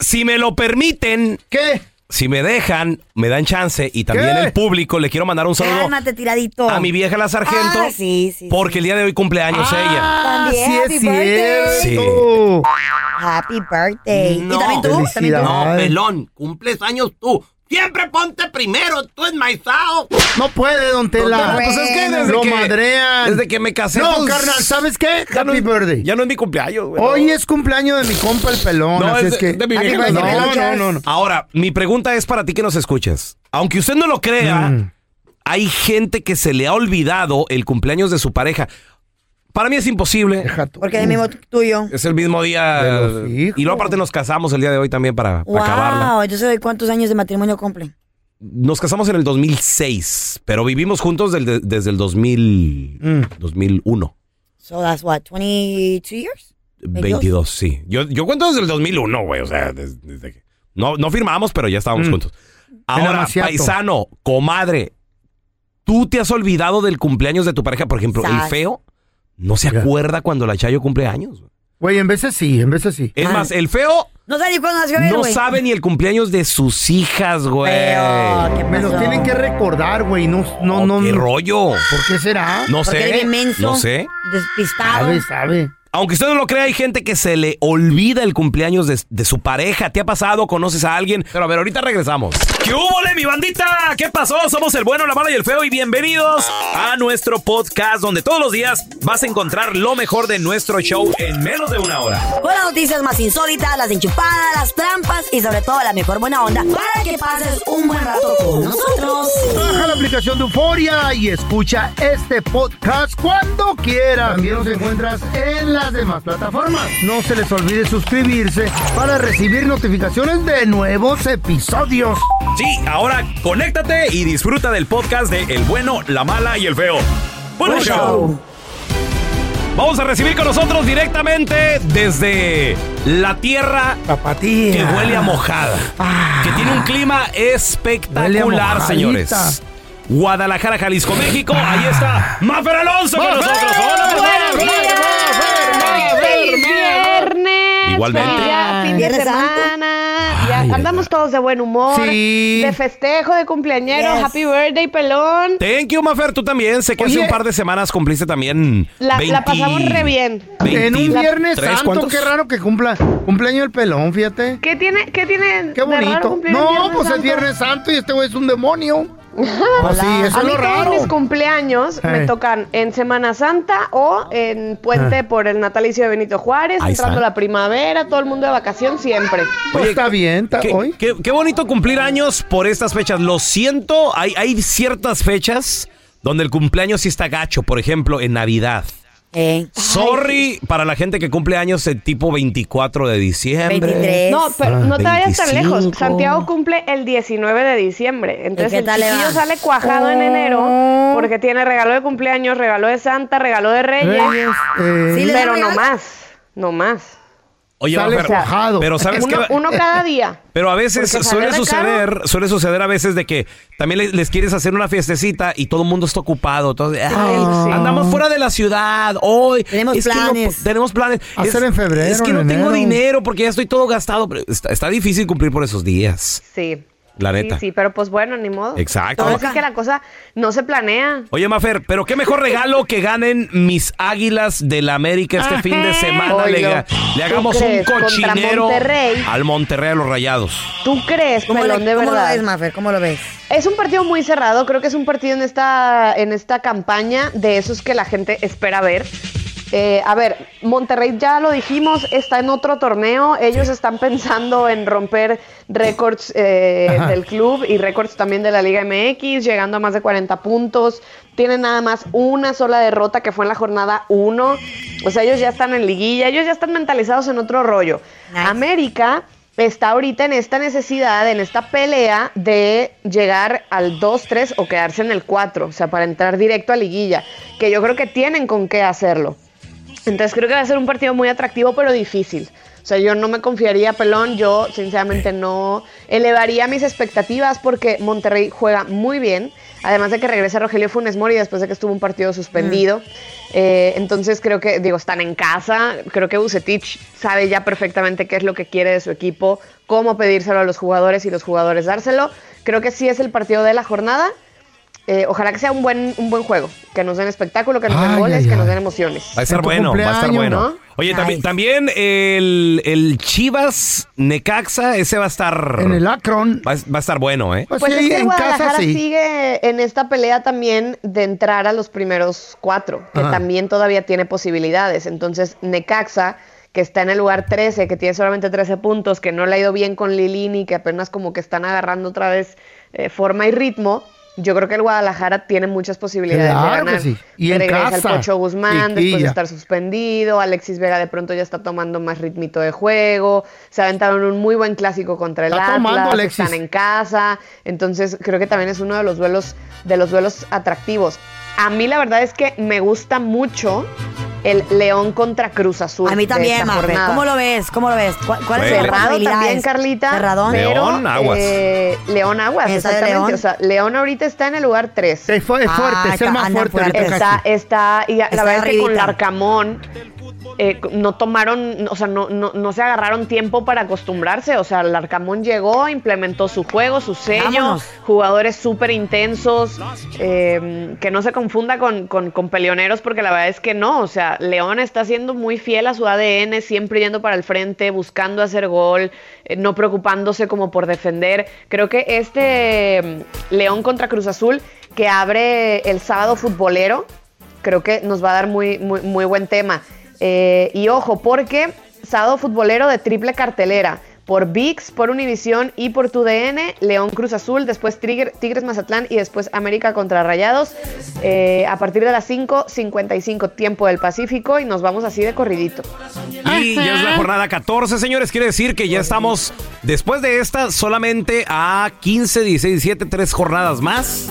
Si me lo permiten. ¿Qué? Si me dejan, me dan chance y también ¿Qué? el público le quiero mandar un saludo Cálmate, tiradito. a mi vieja la sargento Ah, sí, sí. porque el día de hoy cumpleaños ella. Ah, También, sí happy es cierto. birthday. Sí. Happy birthday. ¿Y también tú? ¿También tú? Felicidades. pelón, cumples años tú. Siempre ponte primero, tú es maizao. No puede, don Tela. No, pues es que desde lo que- madrean. Desde que me casé. No, pues, carnal, ¿sabes qué? Ya no, Happy birthday. Ya no es mi cumpleaños, güey. Hoy es cumpleaños de mi compa el pelón, No, así es es, de- que... de mi Happy vieja. birthday, No, No, no, muchas. no, no. Ahora, mi pregunta es para ti que nos escuchas. Aunque usted no lo crea, Mm. hay gente que se le ha olvidado el cumpleaños de su pareja. Para mí es imposible. Deja tú. Porque es el mismo tu- tuyo. Es el mismo día. De los hijos. Y luego aparte nos casamos el día de hoy también para, para acabarla. Wow, entonces ¿cuántos años de matrimonio cumplen? Nos casamos en el 2006, pero vivimos juntos del- de- desde el 2000, Mm. 2001. So that's what, 22 years? 22, sí. Yo, yo cuento desde el 2001, güey. O sea, des- desde, que... No, no firmamos, pero ya estábamos Mm. juntos. Ahora, Amaciato. paisano, comadre, ¿tú te has olvidado del cumpleaños de tu pareja? Por ejemplo, el Sas. feo no se Ya. acuerda cuando la Chayo cumple años. güey. Güey, en veces sí, en veces sí. Es Ah. más, el feo No sabe ni cuándo Pues, nació él, no güey. sabe ni el cumpleaños de sus hijas, güey. Feo, ¿qué Me los pasó? tienen que recordar, güey. No, no, Oh, no. ¿Qué rollo? mm, ¿Por qué será? No Porque sé. ¿eh? eres inmenso. No sé. Despistado. Sabe, sabe. Aunque usted no lo crea, hay gente que se le olvida el cumpleaños de, de su pareja. ¿Te ha pasado? ¿Conoces a alguien? Pero a ver, ahorita regresamos. ¿Qué hubo, mi bandita? ¿Qué pasó? Somos el bueno, la mala y el feo. Y bienvenidos a nuestro podcast, donde todos los días vas a encontrar lo mejor de nuestro show en menos de una hora. Con las noticias más insólitas, las enchupadas, las trampas y sobre todo la mejor buena onda para que pases un buen rato con nosotros. Baja la aplicación de Euforia y escucha este podcast cuando quieras. También nos encuentras en las demás plataformas. No se les olvide suscribirse para recibir notificaciones de nuevos episodios. Sí, ahora conéctate y disfruta del podcast de El Bueno, la Mala y el Feo. Bueno, Buen show. Vamos a recibir con nosotros directamente desde la tierra Tapatía. que huele a mojada, que tiene un clima Ah. Huele a espectacular, mojadita. señores. Guadalajara, Jalisco, México. Ah. Ahí está Mafer Alonso con nosotros. Hola, Mafer. ¡Feliz viernes! Igualmente. Pues Ah, ya fin de Viernes Santo. semana. Ya Ay, andamos todos de buen humor. Sí. De festejo, de cumpleañero. Yes. Happy birthday, pelón. Thank you, Mafer. Tú también. Sé que hace Oye. un par de semanas cumpliste también. La- la pasamos re bien. En un 23, viernes santo, ¿cuántos? qué raro que cumpla cumpleaños el pelón, fíjate. ¿Qué tiene, qué tiene Qué de raro bonito. cumplir el No, Viernes pues es Santo? Viernes Santo y este güey es un demonio. Pues sí, eso A es mí lo todos raro. mis cumpleaños me Hey. tocan en Semana Santa o en Puente Ah. por el natalicio de Benito Juárez, Ahí entrando está. la primavera, todo el mundo de vacación siempre. Pues Oye, está bien, está- Qué, hoy. qué- qué bonito cumplir años por estas fechas. Lo siento, hay, hay ciertas fechas donde el cumpleaños sí está gacho. Por ejemplo, en Navidad. Eh, Sorry para la gente que cumple años el tipo 24 de diciembre. 23. No, Ah, pero no te vayas tan 25. lejos. Santiago cumple el 19 de diciembre. Entonces qué el tal le chiquillo va? sale cuajado en Oh. enero porque tiene regalo de cumpleaños, regalo de Santa, regalo de Reyes. Reyes, eh, Sí, le da pero no regalo. más, no más. Oye, Sale Mafer, cuajado. pero sabes Uno, que uno cada día. pero a veces porque suele sale suceder, suele suceder a veces de que también les, les quieres hacer una fiestecita y todo el mundo está ocupado. Entonces, ay, sí. andamos fuera de la ciudad hoy. Tenemos es que no planes. po- tenemos planes. Hacer en febrero, Es que en no tengo enero. dinero porque ya estoy todo gastado. Pero Está, está difícil cumplir por esos días. Sí. La neta. Sí, sí, pero pues bueno, ni modo. Exacto. Ahora sí que la cosa no se planea. Oye, Mafer, pero qué mejor regalo que ganen mis águilas de la América este fin de semana. Le, Oye, ga- le ¿tú hagamos un crees? Contra cochinero Monterrey. al Monterrey a los rayados. ¿Tú crees, ¿Cómo, pelón, lo, de cómo lo verdad? ves, Mafer? ¿Cómo lo ves? Es un partido muy cerrado, creo que es un partido en esta, en esta campaña de esos que la gente espera ver. Eh, a ver, Monterrey ya lo dijimos, está en otro torneo, ellos están pensando en romper récords eh, Ajá. del club y récords también de la Liga MX, llegando a más de 40 puntos, tienen nada más una sola derrota que fue en la jornada 1, o sea, ellos ya están en liguilla, ellos ya están mentalizados en otro rollo. Nice. América está ahorita en esta necesidad, en esta pelea de llegar al 2-3 o quedarse en el 4, o sea, para entrar directo a liguilla, que yo creo que tienen con qué hacerlo. Entonces creo que va a ser un partido muy atractivo, pero difícil. O O sea, yo no me confiaría, pelón. Yo, sinceramente, no elevaría mis expectativas porque Monterrey juega muy bien. Además de que regresa Rogelio Funes Mori después de que estuvo un partido suspendido. Eh, entonces, creo que, digo, están en casa. Creo que Bucetich sabe ya perfectamente qué es lo que quiere de su equipo, cómo pedírselo a los jugadores y los jugadores dárselo. Creo que sí es el partido de la jornada. Eh, ojalá que sea un buen, un buen juego, que nos den espectáculo, que nos den Ay, goles, ay, que nos ay. den emociones. Va a estar En tu bueno, va a estar cumpleaños, bueno. ¿no? Oye, también, Ay. también el, el Chivas Necaxa, ese va a estar. En el Akron. Va, a- va a estar bueno, ¿eh? Pues, Pues sí, es que en casa Guadalajara sí. sigue en esta pelea también de entrar a los primeros cuatro, que Ajá. también todavía tiene posibilidades. Entonces, Necaxa, que está en el lugar 13, que tiene solamente 13 puntos, que no le ha ido bien con Lilini, que apenas como que están agarrando otra vez eh, forma y ritmo. Yo creo que el Guadalajara tiene muchas posibilidades de Claro que ganar. sí. Y en Regresa casa. el Pocho Guzmán después de Chiquilla. estar suspendido. Alexis Vega de pronto ya está tomando más ritmito de juego. Se aventaron un muy buen clásico contra el Está Atlas. tomando, Alexis. Están en en casa. Entonces, creo que también es uno de los duelos, de los duelos atractivos. A mí la verdad es que me gusta mucho el León contra Cruz Azul. A mí de también, esta Marvel. jornada. ¿Cómo lo ves? ¿Cómo lo ves? ¿Cuál, cuál es Güey, la le- Cerrado también, Carlita. Cerradón. Le- pero, León, aguas. eh, León Aguas, Esa de exactamente. León. O sea, León ahorita está en el lugar 3. Es, fu- es Ah, fuerte, es el acá más andan fuerte. el fuertes. Está, Necaxa. está, y la Está verdad es que con arribita. Larcamón eh, no tomaron, o sea, no, no, no se agarraron tiempo para acostumbrarse. O sea, Larcamón llegó, implementó su juego, su sello, Vámonos. jugadores súper intensos, eh, que no se confunda con, con, con peleoneros, porque la verdad es que no. O sea, León está siendo muy fiel a su ADN, siempre yendo para el frente, buscando hacer gol, eh, no preocupándose como por defender. Creo que este mm, León contra Cruz Azul, que abre el sábado futbolero, creo que nos va a dar muy, muy, muy buen tema. Eh, y ojo, porque sábado futbolero de triple cartelera. Por VIX, por Univisión y por TUDN, León Cruz Azul, después Trigger- Tigres Mazatlán y después América contra Rayados. eh, a partir de las 5.55 tiempo del Pacífico y nos vamos así de corridito. Y ya es la jornada 14, señores. Quiere decir que ya estamos, después de esta, solamente a 15, 16, 17, tres jornadas más.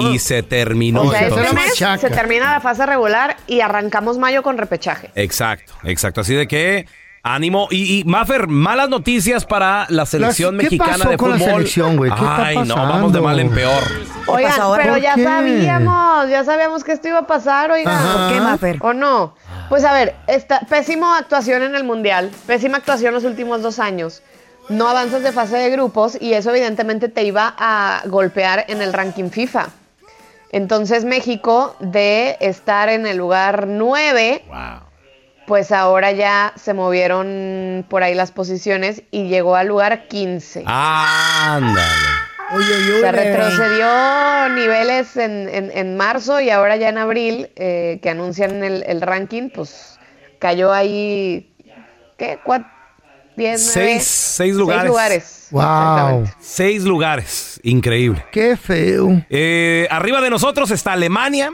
Y se terminó. o sea, eso este era entonces. mes machaca. se termina la fase regular y arrancamos mayo con repechaje. Exacto, exacto. Así de que ánimo. Y, y Maffer, malas noticias para la selección Las- ¿qué mexicana pasó de con la fútbol. selección, güey? ¿Qué está Ay, no, vamos de pasando? mal en peor. ¿Qué Oigan, pasó ahora? pero ¿Por ya qué? sabíamos, ya sabíamos que esto iba a pasar, oigan. Ajá. ¿Por qué, Mafer? ¿O no? Pues a ver, esta pésima actuación en el Mundial, pésima actuación los últimos dos años. No avanzas de fase de grupos y eso evidentemente te iba a golpear en el ranking FIFA. Entonces México, de estar en el lugar 9, pues ahora ya se movieron por ahí las posiciones y llegó al lugar 15. Ándale. Oye, oye, Se oye. retrocedió niveles en, en- en marzo y ahora ya en abril, eh, que anuncian el, el ranking, pues cayó ahí, ¿qué? ¿Cuatro? ¿Diez? nueve, Seis- seis lugares. lugares, Wow. exactamente. Seis lugares. Increíble. Qué feo. Eh, arriba de nosotros está Alemania.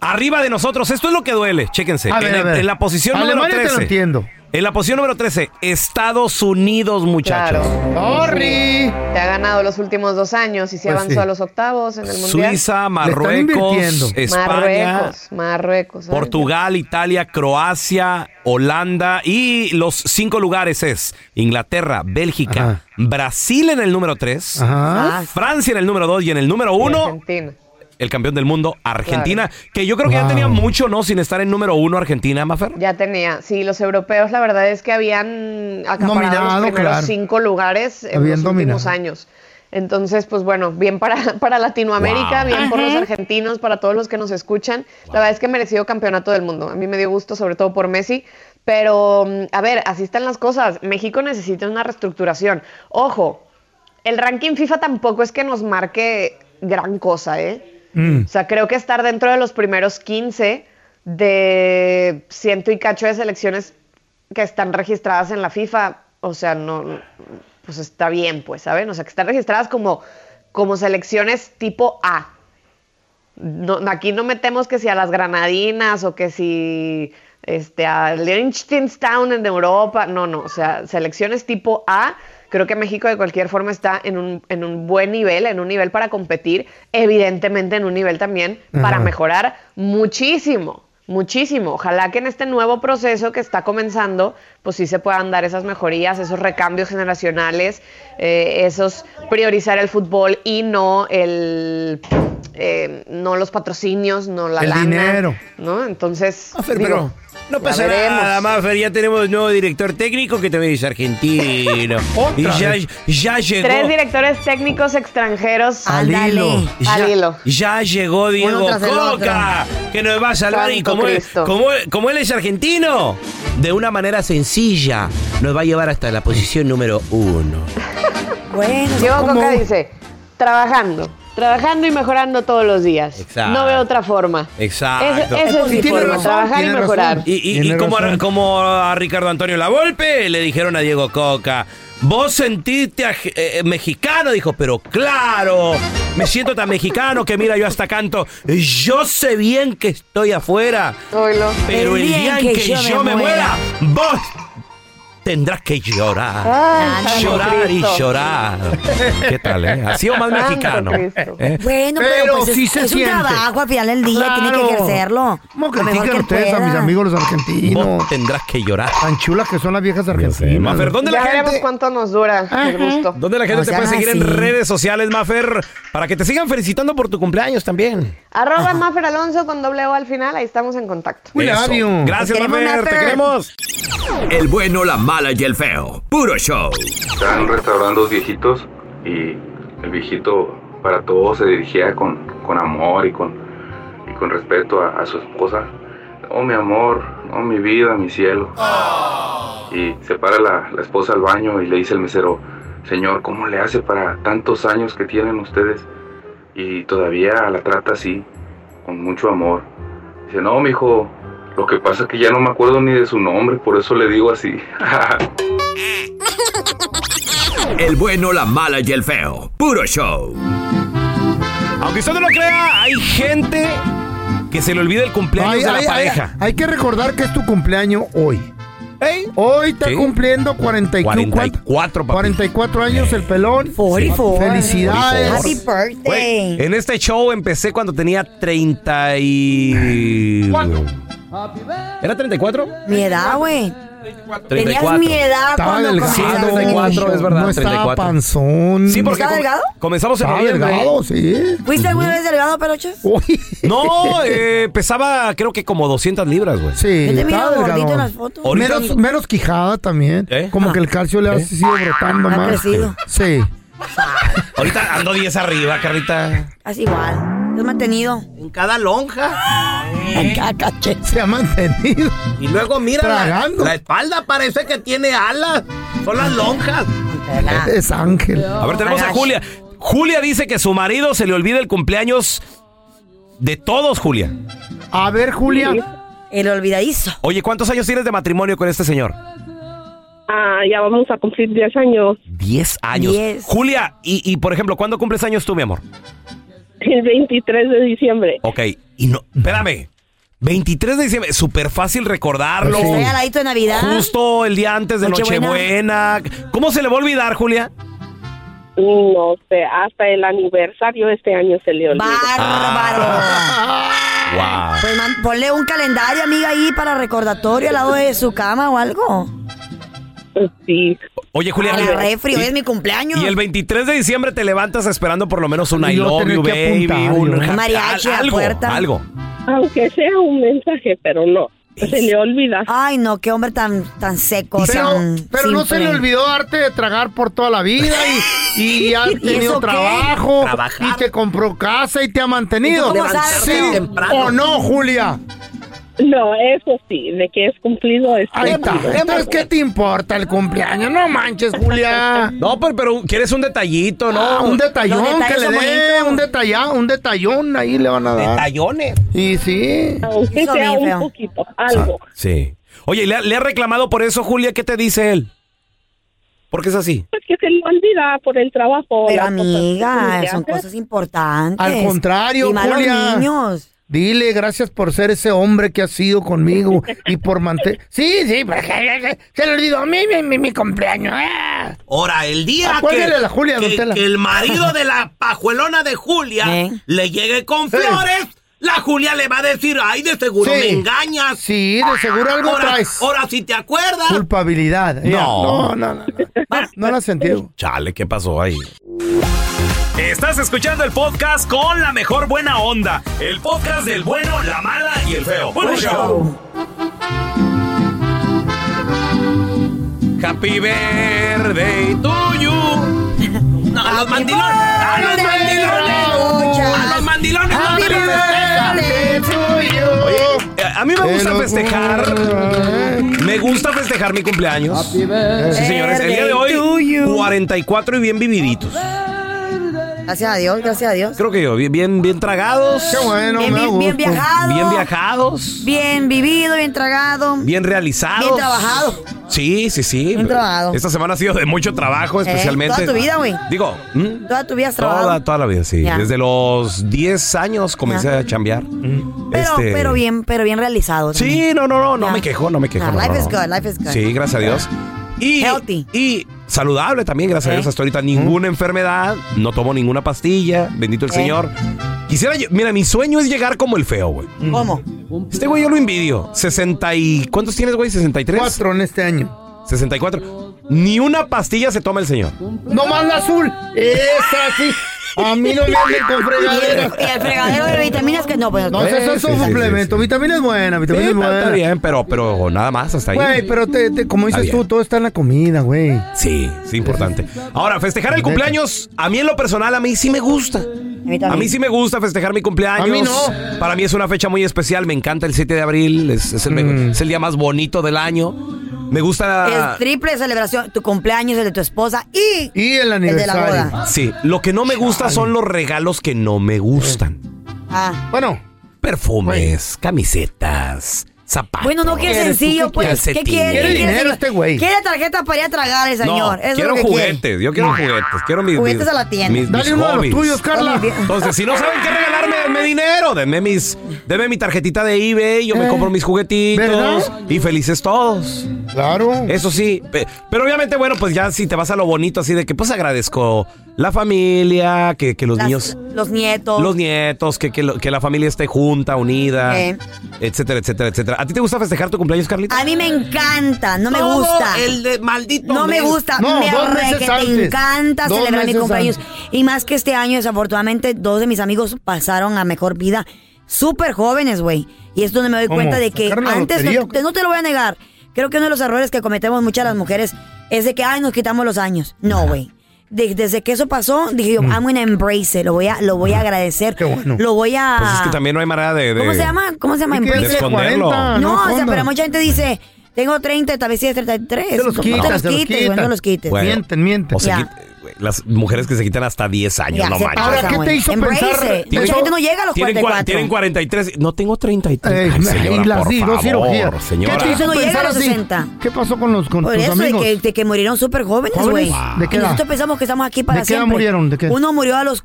Arriba de nosotros, esto es lo que duele, chéquense. A ver, en, a ver. en la posición Alemania número te lo 13. entiendo. En la posición número 13, Estados Unidos, muchachos. Claro. Sorry. Te ha ganado los últimos dos años y se Pues avanzó sí. a los octavos en el Mundial. Suiza, invirtiendo. Marruecos, España, Marruecos, Marruecos. ¿eh? Portugal, Italia, Croacia, Holanda y los cinco lugares es Inglaterra, Bélgica, Ajá. Brasil en el número 3, Ajá. Ah, Francia en el número 2 y en el número Y 1 Argentina. el campeón del mundo, Argentina, que yo creo que ya Wow. tenía mucho, ¿no? Sin estar en número 1 Argentina, Mafer. Ya tenía, sí, los europeos la verdad es que habían acaparado Dominado, los primeros claro. cinco lugares en Habían los últimos dominado. años. Entonces, pues bueno, bien para, para Latinoamérica, Wow. bien por los argentinos, para todos los que nos escuchan. La verdad es que merecido campeonato del mundo. A mí me dio gusto, sobre todo por Messi. Pero, mm, a ver, así están las cosas. México necesita una reestructuración. Ojo, el ranking FIFA tampoco es que nos marque gran cosa, ¿eh? Mm. O sea, creo que estar dentro de los primeros 15 de ciento y cacho de selecciones que están registradas en la FIFA, o sea, no, pues está bien, pues, ¿saben? O sea, que están registradas como, como selecciones tipo A. No, aquí no metemos que si a las Granadinas o que si este, a Liechtenstein en Europa, no, no, o sea, selecciones tipo A. Creo que México de cualquier forma está en un, en un buen nivel, en un nivel para competir, evidentemente en un nivel también para Ajá. mejorar muchísimo. muchísimo. Ojalá que en este nuevo proceso que está comenzando, pues sí se puedan dar esas mejorías, esos recambios generacionales, eh, esos priorizar el fútbol y no el eh, no los patrocinios, no la El lana, dinero. ¿no? Entonces, Ah, digo, No ya pasa veremos. nada, Maffer. Ya tenemos nuevo director técnico que también es argentino. y Otra ya, vez. ya llegó. Tres directores técnicos extranjeros Al hilo. Ya, al hilo. ya llegó Diego tras el Coca, que nos va a salvar. Y Santo como él, Cristo. como, él- como él es argentino, de una manera sencilla, nos va a llevar hasta la posición número uno. Bueno, Diego ¿cómo? Coca dice, trabajando, trabajando y mejorando todos los días. Exacto. No veo otra forma. Exacto. Ese- ese es Y mi tiene forma, razón, trabajar y tiene razón. mejorar. Y, y- y Tiene como, a, razón. como a Ricardo Antonio Lavolpe, le dijeron a Diego Coca, vos sentiste aj- eh, eh, mexicano, dijo, pero claro, me siento tan mexicano que mira, yo hasta canto, yo sé bien que estoy afuera, Oilo. pero el día en que, yo, me muera, vos tendrás que llorar. Ay, Santo Llorar y Cristo. llorar. ¿Qué tal, eh? Así o más Santo mexicano. Cristo. ¿eh? Bueno, pero, Pero pues sí es, se es un siente. trabajo al final del día, tiene que Claro. ejercerlo. ¿Cómo Lo mejor critican que ustedes a mis pueda. amigos los Vos argentinos? tendrás que llorar. Tan chulas que son las viejas argentinas. Mafer, ¿dónde Ya la veremos gente? cuánto nos dura el gusto. ¿Dónde la gente No te sean puede seguir en así. redes sociales, Mafer? Para que te sigan felicitando por tu cumpleaños también. Arroba Mafer Alonso con doble O al final, ahí estamos en contacto. We Eso. love you. Gracias, Te queremos, Mafer. Te Mafer. queremos. El bueno, la mala y el feo. Puro show. Estaban restaurando dos viejitos y el viejito para todos se dirigía con, con amor y con, y con respeto a, a su esposa. Oh, mi amor, oh, mi vida, mi cielo. Y se para la, la esposa al baño y le dice el mesero, Señor, ¿cómo le hace para tantos años que tienen ustedes? Y todavía la trata así, con mucho amor. Dice, no, mijo, lo que pasa es que ya no me acuerdo ni de su nombre, por eso le digo así. El bueno, la mala y el feo. Puro show. Aunque usted no lo crea, hay gente que se le olvida el cumpleaños Ay, de la ay, ay, pareja. Hay que recordar que es tu cumpleaños hoy. Hoy está Sí. cumpliendo 44, 44, papi. 44 años el pelón. 44. Felicidades. Happy birthday. Güey, en este show empecé cuando tenía 30 y... ¿Era 34? Mi edad, güey. 34. Tenías mi edad Estaba cuando Sí, delgado. comenzaste. 34, es verdad, No estaba 34. panzón. Sí, porque ¿Estaba com- delgado? comenzamos en estaba noviembre. delgado, sí. ¿Fuiste alguna vez delgado, Peloche? Uy. No, eh, pesaba creo que como 200 libras, güey. Sí, Yo te estaba miro gordito delgado. en las fotos. Ahorita- Menos, menos quijada también. ¿Eh? Como que el calcio le ha sido brotando Ha más. crecido. Sí. Ahorita ando 10 arriba, Carrita. Estás igual. Te has mantenido. En cada lonja. En cada caché. Se ha mantenido. Y luego mira la- Tragando. la espalda parece que tiene alas. Son las lonjas. Tela. Es ángel. A ver, tenemos a Ay. Julia. Julia dice que su marido se le olvida el cumpleaños de todos, Julia. A ver, Julia. El olvidadizo. Oye, ¿cuántos años tienes de matrimonio con este señor? Ah, ya vamos a cumplir 10 años. 10 años. Diez. Julia, y, y, por ejemplo, ¿cuándo cumples años tú, mi amor? El 23 de diciembre. Ok, y no, espérame. 23 de diciembre, súper fácil recordarlo. Que Estoy al ladito de Navidad. Justo el día antes de Nochebuena. Nochebuena. ¿Cómo se le va a olvidar, Julia? No sé, hasta el aniversario de este año se le olvidó. Bárbaro. Ah. Ah. Wow. Pues man, ponle un calendario, amiga, ahí para recordatorio al lado de su cama o algo. Sí, Oye, Julia. A ¿y- la refri, hoy y- es mi cumpleaños. Y el 23 de diciembre te levantas esperando por lo menos un Y I yo love tener you, que baby, apuntar, un yo. ja- Mariachi a la algo, puerta. algo. aunque sea un mensaje, pero no, se le olvida. Ay, no, qué hombre tan, tan seco, Pero, tan pero no se simple. le olvidó darte de tragar por toda la vida y, y ha tenido eso qué? trabajo Trabajar. y te compró casa y te ha mantenido. ¿Y tú cómo sabes, ¿Sí feo? o no, Julia? No, eso sí, de que es cumplido es Ahí está. cumplido. Entonces, ¿qué te importa el cumpleaños? No manches, Julia. No, pero, pero quieres un detallito, ¿no? Ah, un detallón Los detalles que le son dé, bonitos. un detallón, un detallón ahí le van a dar. Detallones. Y sí. Aunque Eso sea bien un feo. poquito, algo. Sí. Oye, ¿y ¿le, ha- ¿le ha reclamado por eso, Julia? ¿Qué te dice él? Porque es así. Pues que se le olvida por el trabajo. pues, Pero las cosas que tiene amiga, que son hacer. cosas importantes. Al contrario, y malos Julia. niños. Dile gracias por ser ese hombre que has sido conmigo y por mantener. Sí, sí, porque se- se le olvidó a mí mi, mi- mi cumpleaños. ¡Ah! Ahora, el día Acuérdele que- a la Julia, que- don Tela. que el marido de la pajuelona de Julia ¿Eh? le llegue con flores, la Julia le va a decir, ay, de seguro Sí. me engañas. Sí, de seguro algo ahora, traes. Ahora, si te acuerdas. Culpabilidad. Ella, No. No, no, no. No, no la sentí. Chale, ¿qué pasó ahí? Estás escuchando el podcast con la mejor buena onda. El podcast del bueno, la mala y el feo. Bueno, show. Happy birthday to you. No, a los mandilones. A los mandilones. A los mandilones. no Happy me les- birthday to you. Eh, A mí me gusta Pero- festejar. Me gusta festejar mi cumpleaños. Sí, señores, el día de hoy 44 y bien vividitos. Gracias a Dios, gracias a Dios. Creo que yo bien bien, bien tragados, Qué bueno, Bien, me da bien, bien gusto. viajado. bien viajados, Bien vivido, bien tragado. bien realizados. Bien trabajado. Sí, sí, sí. Bien trabajado. Esta semana ha sido de mucho trabajo, especialmente. toda tu vida, güey. Digo, ¿hmm? Toda tu vida has trabajado. toda, toda la vida, sí. Ya. Desde los 10 años comencé Ya. a chambear. Pero, Este- pero bien, pero bien realizado. también. Sí, no, no, no, no Ya. me quejo, no me quejo. No, no, life no, is no. good, life is good. Sí, gracias a Dios. Y, Healthy. y saludable también, gracias a Eh. Dios. Hasta ahorita ninguna enfermedad, no tomo ninguna pastilla, bendito el Eh. Señor. Quisiera, lle- mira, mi sueño es llegar como el feo, güey. ¿Cómo? Este güey yo lo envidio. 60 y... ¿Cuántos tienes, güey? ¿63? Cuatro en este año. 64. Ni una pastilla se toma el señor. No más la azul. Esa sí. A mí no me anden con Y el, fregaderas. y el fregadero de vitaminas que no, pues. No, Eh, eso es sí, un sí, suplemento. sí, sí. Vitamina es buena, vitamina Sí, es está, buena. está bien, pero, pero nada más hasta ahí. Güey, pero te, te- como Está dices tú, bien. todo está en la comida, güey. Sí, sí, importante. Ahora, festejar el Neta. cumpleaños, a mí en lo personal, a mí sí me gusta. A mí sí me gusta festejar mi cumpleaños. A mí no. Para mí es una fecha muy especial. Me encanta el 7 de abril. Es, es el, Mm. es el día más bonito del año. Me gusta. Es triple celebración, tu cumpleaños, el de tu esposa y, Y el el de la aniversario. boda. Sí, lo que no me gusta son los regalos que no me gustan: Ah. Bueno, perfumes, camisetas, zapatos. Bueno, no, que ¿Quieres tú sencillo, qué pues. quieres? ¿Qué quiere? Quiere ¿Qué dinero señor? este güey. Quiere tarjeta para ir a tragar el señor. No, Eso es quiero lo que quiere. juguetes, yo quiero juguetes, quiero mis Juguetes mis- a la tienda. mis- mis dale uno de hobbies. los tuyos, Carla. Entonces, si no saben qué regalarme, denme dinero, denme mis, denme mi tarjetita de eBay, yo me Eh, compro mis juguetitos ¿verdad? y felices todos. Claro. Eso sí, pe- pero obviamente, bueno, pues ya si te vas a lo bonito, así de que pues agradezco la familia, que, que los Las- niños, Los nietos. los nietos, que, que, lo- que la familia esté junta, unida, Eh. etcétera, etcétera, etcétera. ¿A ti te gusta festejar tu cumpleaños, Carlita? A mí me encanta, no me Todo gusta. El de maldito. No me mes. gusta, No, me dos arre meses que te antes. encanta Dos celebrar mi meses cumpleaños. Y más que este año, desafortunadamente, dos de mis amigos pasaron a mejor vida. Súper jóvenes, güey. Y es donde me doy ¿Cómo? cuenta de que ¿Sacaron la antes, lotería no, o qué? no te lo voy a negar, creo que uno de los errores que cometemos muchas las mujeres es de que, ay, nos quitamos los años. No, güey. De- desde que eso pasó, dije yo, I'm gonna embrace it, lo voy a, lo voy a agradecer. Mm. Ah. Qué bueno. Lo voy a... Pues es que también no hay manera de... de- ¿Cómo se llama? ¿Cómo se llama? ¿Y qué Embrace es it. de Esconderlo. 40? No, o sea, escondas. pero mucha gente dice, tengo 30, tal vez sí es 33. Se los No quitan, te los se los quites, güey, quitan. no los quites. Bueno, Mienten, mienten. O sea, Ya. quit- güey, las mujeres que se quitan hasta 10 años, Ya, no se manches. pasa, Ahora, ¿qué te güey. hizo Embrace pensar- it. Mucha gente no llega a los Tienen, cua- 44. tienen 43. No tengo Ey, 33. Ay, señora, y las por di- favor, dos cirugías. señora. ¿Qué te hizo No llega a pensar los así? 60. ¿Qué pasó con los con Por tus eso, de amigos? que, de que murieron súper jóvenes, ¿Jóvenes? güey. ¿De qué Y edad? nosotros pensamos que estamos aquí para ¿De qué edad siempre. murieron? ¿De qué? Uno murió a los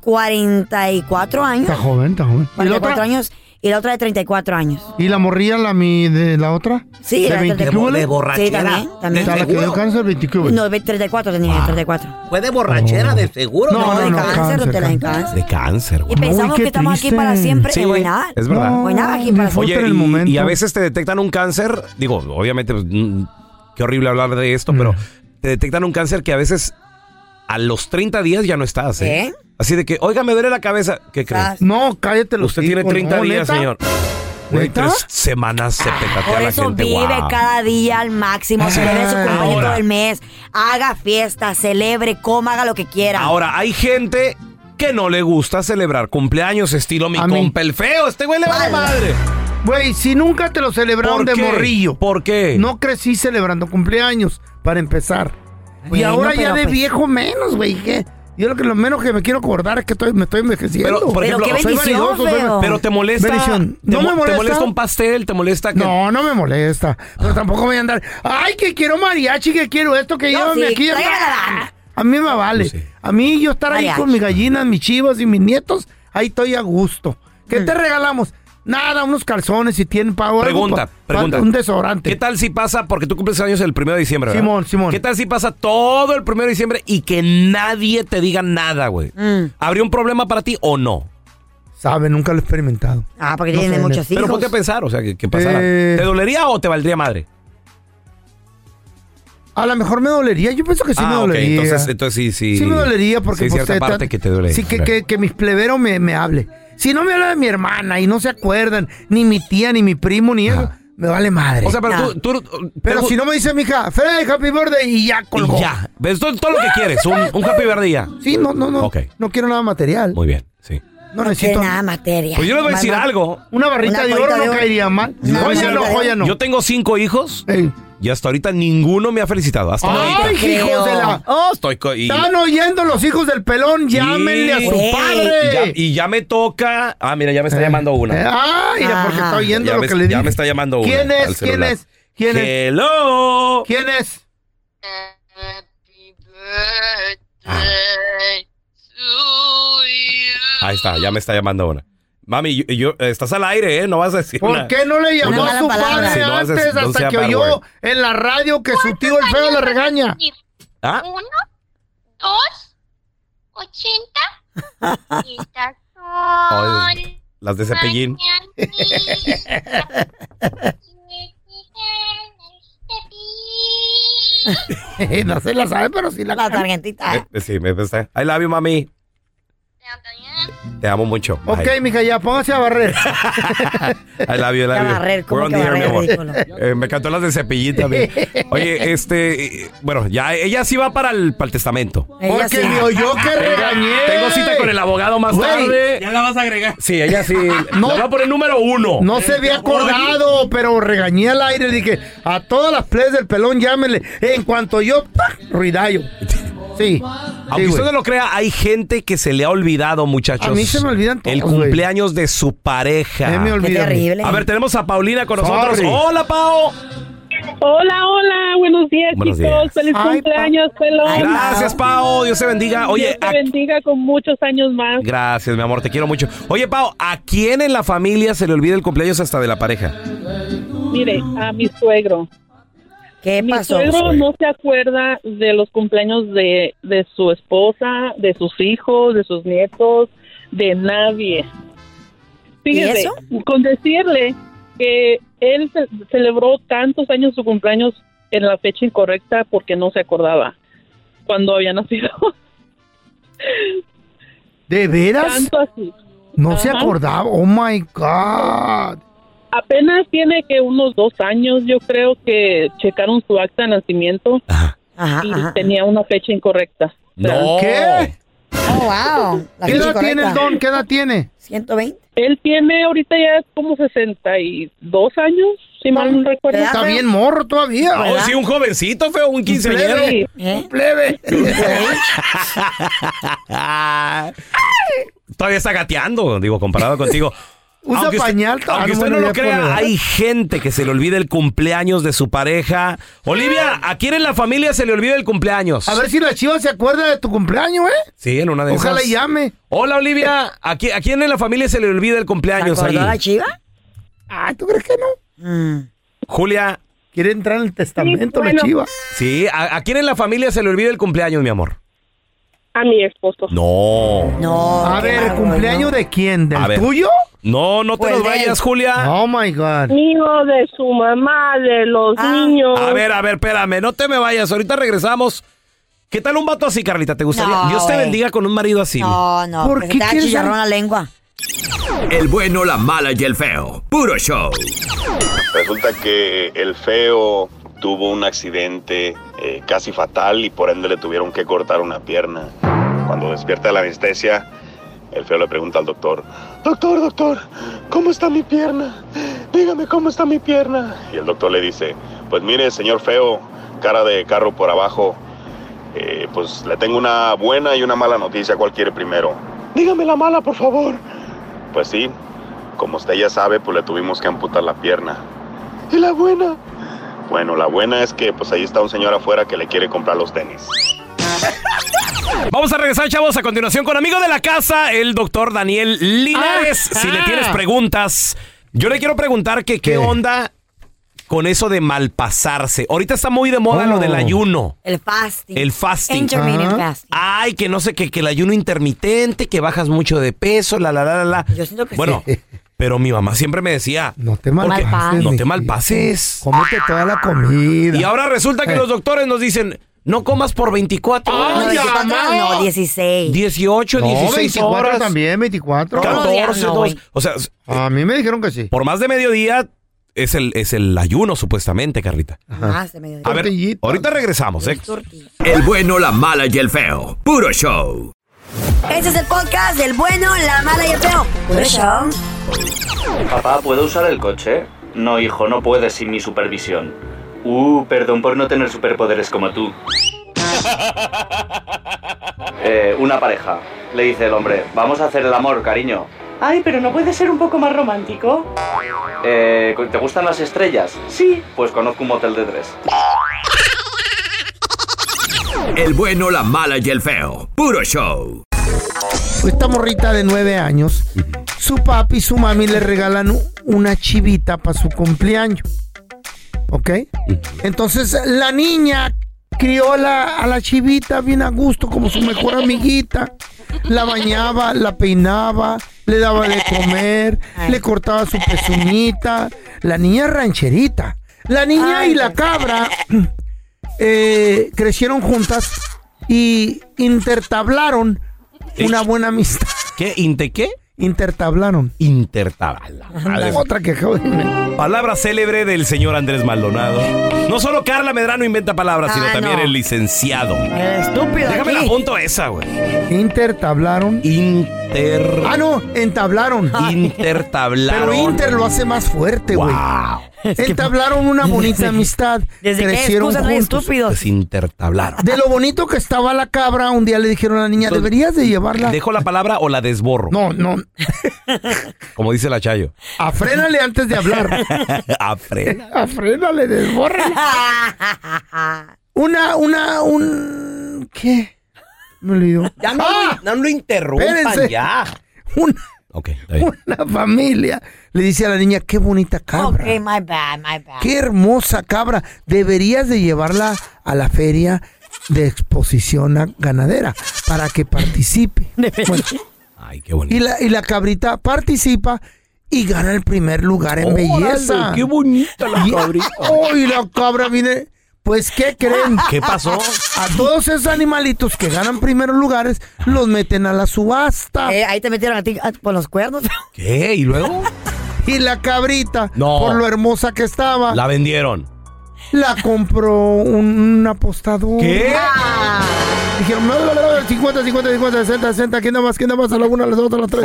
44 años. Está joven, está joven. ¿Y la 44 otra? años. Y la otra de 34 años. ¿Y la morría la mi de la otra? Sí, ¿De la 20 de- qué hubo? de borrachera. Sí, también, también. O sea, la que dio cáncer, 20 qué hubo? No, ve- 34 tenía, 34. Ah. Fue de borrachera, de seguro. No, de no, cáncer, cáncer, te la cáncer. cáncer. De cáncer, Y güey. pensamos Uy, que qué estamos aquí triste. para siempre. Sí, y güey, nada. es verdad. No, Güey, nada, aquí para disfruta Oye, el y, momento. y a veces te detectan un cáncer. Digo, obviamente, pues, mm, qué horrible hablar de esto, pero Mm. te detectan un cáncer que a veces a los 30 días ya no estás, ¿eh? ¿Eh? Así de que, oiga, me duele la cabeza. ¿Qué crees? Sas. No, cállate los Usted tiene 30 días, señor. Güey, ¿Neta? tres semanas se petatea Ah, Por la eso gente. vive guau. cada día al máximo, celebre su cumpleaños Ahora. todo el mes, haga fiesta, celebre, coma, haga lo que quiera. Ahora, hay gente que no le gusta celebrar cumpleaños, estilo mi A mí. compa el feo. Este güey le vale madre. Güey, si nunca te lo celebraron de qué? morrillo. ¿Por qué? No crecí celebrando cumpleaños, para empezar. y Bueno, ahora ya pero de pues- viejo menos, güey. ¿qué? Yo lo que lo menos que me quiero acordar es que estoy, me estoy envejeciendo. Pero, por Pero ejemplo, qué soy bendición, vanidoso, soy- feo. Pero te molesta. Bendición. Te, ¿No mo- me te molesta? molesta un pastel, te molesta que. No, no me molesta. Pero tampoco voy a andar. Ay, que quiero mariachi, que quiero esto, que No, llévame sí, aquí. traigan la banda. A mí me vale. Sí. A mí yo estar ahí Mariachi. con mis gallinas, mis chivas y mis nietos, ahí estoy a gusto. ¿Qué Mm. te regalamos? Nada, unos calzones si tienen pago. algo Pregunta, pa- pa- pregunta. Un desodorante. ¿Qué tal si pasa, porque tú cumples años el primero de diciembre, ¿verdad? Simón, Simón. ¿Qué tal si pasa todo el primero de diciembre y que nadie te diga nada, güey? Mm. ¿Habría un problema para ti o no? sabe, nunca lo he experimentado. Ah, porque No tiene sé, muchos Pero hijos. ¿por qué pensar? O sea, que, que pasara. Eh. ¿Te dolería o te valdría madre? A lo mejor me dolería, yo pienso que Pues sí me ah, ok. dolería. Entonces, entonces sí, sí. Sí me dolería porque... Sí, pues, cierta te- te- parte que te dolería. Sí, que, que, que mis pleberos me, me hable. Si no me habla de mi hermana y no se acuerdan, ni mi tía, ni mi primo, ni eso, me vale madre. O sea, pero Nah. tú... tú- pero tú- si no me dice mi hija, Fred, happy birthday, y ya colgó. Y ya. Ves todo, todo lo que quieres. Un, un happy birthday ya. Sí, no, no, no. Ok. No quiero nada material. Muy bien, sí. No Tiene necesito nada materia. Pues yo les voy a decir Mamá, algo. una barrita Una de joyita oro, de no oro. caería mal. Una joya joyita no, de oro. joya no. Yo tengo cinco hijos Ey. y hasta ahorita ninguno me ha felicitado. Hasta ahorita. Ay, hijos de la... Oh, estoy... co- y- Están oyendo los hijos del pelón, llámenle a su Güey. Y ya, padre. y ya me toca. Ah, mira, ya me está Eh, llamando eh, una. ah, mira, porque Ajá. está oyendo Ya lo me- que le ya dije. me está llamando una ¿Quién al es? ¿Quién celular. es? ¿Quién es? Hello. ¿Quién es? Ahí está, ya me está llamando una. Mami, yo, yo- estás al aire, ¿eh? No vas a decir ¿Por nada. qué no le llamó Una a su mala palabra. padre Sí, no haces- antes no hasta sea que bad oyó word. en la radio que su tío el feo le regaña? ¿Ah? Uno, dos, ochenta. Estas son Ay, las de Cepillín. mañanitas que tiene el cepillín. no se la sabe, pero sí la La canta. tarjetita. Eh, Sí, me está. I love you, mami. Te amo mucho. Bye. Ok, mija, ya póngase a barrer. I love you, Ya I love you. barrer, ¿cómo We're on que the air, barrer? mi amor. Ridículo. Eh, me cantó las de Cepillín también. Oye, este. eh, Bueno, ya ella sí va para el, para el testamento. Ella Porque sí. me oyó que regañé. Tengo cita con el abogado más Güey. Ah, tarde. Ya la vas a agregar. Sí, ella sí. No. No. La va a poner número uno. No se había acordado, pero regañé al aire. Dije, a todas las plebes del pelón, llámenle. En cuanto yo, ¡pac! ruidayo. Sí. Aunque Sí, usted güey. no lo crea, hay gente que se le ha olvidado, muchachos. A mí se me olvidan El todos, güey. cumpleaños de su pareja. Se me olvidó. Qué Olvídame. terrible. A ver, tenemos a Paulina con Sorry. nosotros. Hola, Pao. Hola, hola, buenos días, Buenos chicos. días. Feliz Ay, cumpleaños, pelón. Ay, Gracias, Pao. Dios te bendiga. Oye, Dios te a- bendiga con muchos años más. gracias, mi amor, te quiero mucho. Oye, Pao, ¿a quién en la familia se le olvida el cumpleaños hasta de la pareja? Mire, a mi suegro. ¿Qué Mi pasó? suegro Suegro. no se acuerda de los cumpleaños de, de su esposa, de sus hijos, de sus nietos, de nadie. Fíjese, eso? con decirle que él ce- celebró tantos años su cumpleaños en la fecha incorrecta porque no se acordaba cuando había nacido. ¿De veras? Tanto así. No se Ajá. acordaba. Oh my God. Apenas tiene que unos dos años, yo creo que checaron su acta de nacimiento Ajá, y ajá. tenía una fecha incorrecta. No. ¿Qué? Oh, wow. La ¿Qué fecha edad tiene el correcta. don? ¿Qué edad tiene? 120. Él tiene ahorita ya como 62 años, si mal no recuerdo. ¿Verdad? Está bien morro todavía. Oh, sí, un jovencito, feo, un quinceañero. Sí, ¿Eh? Plebe. Todavía está gateando, digo, comparado contigo. Usa Aunque usted- pañal. ah, aunque usted bueno, no lo ya pone- crea, hay gente que se le olvida el cumpleaños de su pareja. Olivia, ¿a quién en la familia se le olvida el cumpleaños? Ah. A ver si la chiva se acuerda de tu cumpleaños, ¿eh? Sí, en una de Ojalá esas. llame. Hola, Olivia. ¿A, qui- a quién en la familia se le olvida el ¿Se cumpleaños acordó la ahí? chiva? Ay, Ah, ¿tú crees que no? Mm. Julia, Quiere entrar en el testamento la bueno. chiva. sí. ¿A, a quién en la familia se le olvida el cumpleaños, mi amor? a mi esposo. No. No. A Oh, qué ver, bárbaro, ¿cumpleaños ¿no? de quién? A ¿Del ver. tuyo? No, no te Pues nos de él. vayas, Julia. Oh my God. Mío, de su mamá, de los Ah. niños. A ver, a ver, espérame, no te me vayas. Ahorita regresamos. ¿Qué tal un vato así, Carlita? ¿Te gustaría? No, Dios te güey. bendiga con un marido así. No, no. ¿Por porque qué te da quieres chicharrón dar- la lengua. El bueno, la mala y el feo. Puro show. Resulta que el feo tuvo un accidente eh, casi fatal y por ende le tuvieron que cortar una pierna. Cuando despierta de la anestesia, el feo le pregunta al doctor, doctor, doctor, ¿cómo está mi pierna? Dígame cómo está mi pierna. Y el doctor le dice, pues mire, señor feo, cara de carro por abajo, eh, pues le tengo una buena y una mala noticia, ¿cuál quiere primero? Dígame la mala, por favor. Pues sí, como usted ya sabe, pues le tuvimos que amputar la pierna. ¿Y la buena? Bueno, la buena es que pues ahí está un señor afuera que le quiere comprar los tenis. Vamos a regresar, chavos, a continuación con amigo de la casa, el doctor Daniel Linares. Ah, si ah. le tienes preguntas, yo le quiero preguntar que qué ¿Qué? onda con eso de malpasarse. Ahorita está muy de Oh. moda lo del ayuno. El fasting. El fasting. Intermittent Ajá. fasting. Ay, que no sé, que, que el ayuno intermitente, que bajas mucho de peso, la, la, la, la, la. Yo siento que Bueno, sí. pero mi mamá siempre me decía... No te malpases, No te mijito. malpases. Cómete toda la comida. Y ahora resulta que Eh. los doctores nos dicen... No comas por 24 horas. No, 24 horas no, 16. 18, No, 16 24 horas. también, 24. 14, no, dos. güey. O sea, a mí me dijeron que sí. Por más de mediodía es el, es el ayuno, supuestamente, Carlita. Más de medio día. A ver, ahorita regresamos, ¿eh? El bueno, la mala y el feo. Puro show. Este es el podcast del bueno, la mala y el feo. Por eso. Papá, ¿puedo usar el coche? No, hijo, no puedes sin mi supervisión. Uh, perdón por no tener superpoderes como tú. Eh, una pareja. Le dice el hombre, vamos a hacer el amor, cariño. Ay, pero no puede ser un poco más romántico. Eh, ¿Te gustan las estrellas? Sí. Pues conozco un motel de tres. El bueno, la mala y el feo. Puro show. Esta morrita de nueve años, su papi y su mami le regalan u- una chivita para su cumpleaños. ¿Ok? Entonces la niña crió a la, a la chivita bien a gusto, como su mejor amiguita. La bañaba, la peinaba, le daba de comer, le cortaba su pezuñita. La niña rancherita. La niña y la cabra eh, crecieron juntas y intertablaron una buena amistad. ¿Qué? ¿Inte qué? Intertablaron. Intertabla. Otra que acabo de inventar. Palabra célebre del señor Andrés Maldonado. No solo Carla Medrano inventa palabras, sino Ah, también no. el licenciado. Estúpido. Déjame la apunto esa, güey. Intertablaron. Inter. Ah. Ah, no, entablaron. Intertablaron. Pero Inter lo hace más fuerte, güey. Entablaron una bonita amistad. Desde que Crecieron excusa trae juntos. Pues intertablaron. De lo bonito que estaba la cabra, un día le dijeron a la niña, Entonces, deberías de llevarla. ¿Dejo la palabra o la desborro? No, no. Como dice la Chayo. Afrénale antes de hablar. Afre. Afrénale, desbórrala. Una, una, un... ¿Qué? Me olvidó. ¡Ah! Ya no, no lo interrumpan, Espérense. ya. Una, una familia le dice a la niña, qué bonita cabra. Ok, my bad, my bad. Qué hermosa cabra. Deberías de llevarla a la feria de exposición a- ganadera para que participe. Bueno, Ay, qué bonito. y, la, y la cabrita participa y gana el primer lugar en Órale, belleza. qué bonita la Y- cabrita. Oh, y la cabra viene. Pues, ¿qué creen? ¿Qué pasó? A todos esos animalitos que ganan primeros lugares, los meten a la subasta. Eh, ahí te metieron a ti ah, por los cuernos. ¿Qué? Eh, ¿Y luego? Y la cabrita, No. por lo hermosa que estaba, La vendieron. La compró un, un apostador. ¿Qué? Dijeron, no, no, no, 50, 50, 50, 60, 60, ¿quién nada más? ¿Quién nada más? A la una, a las dos, a las tres.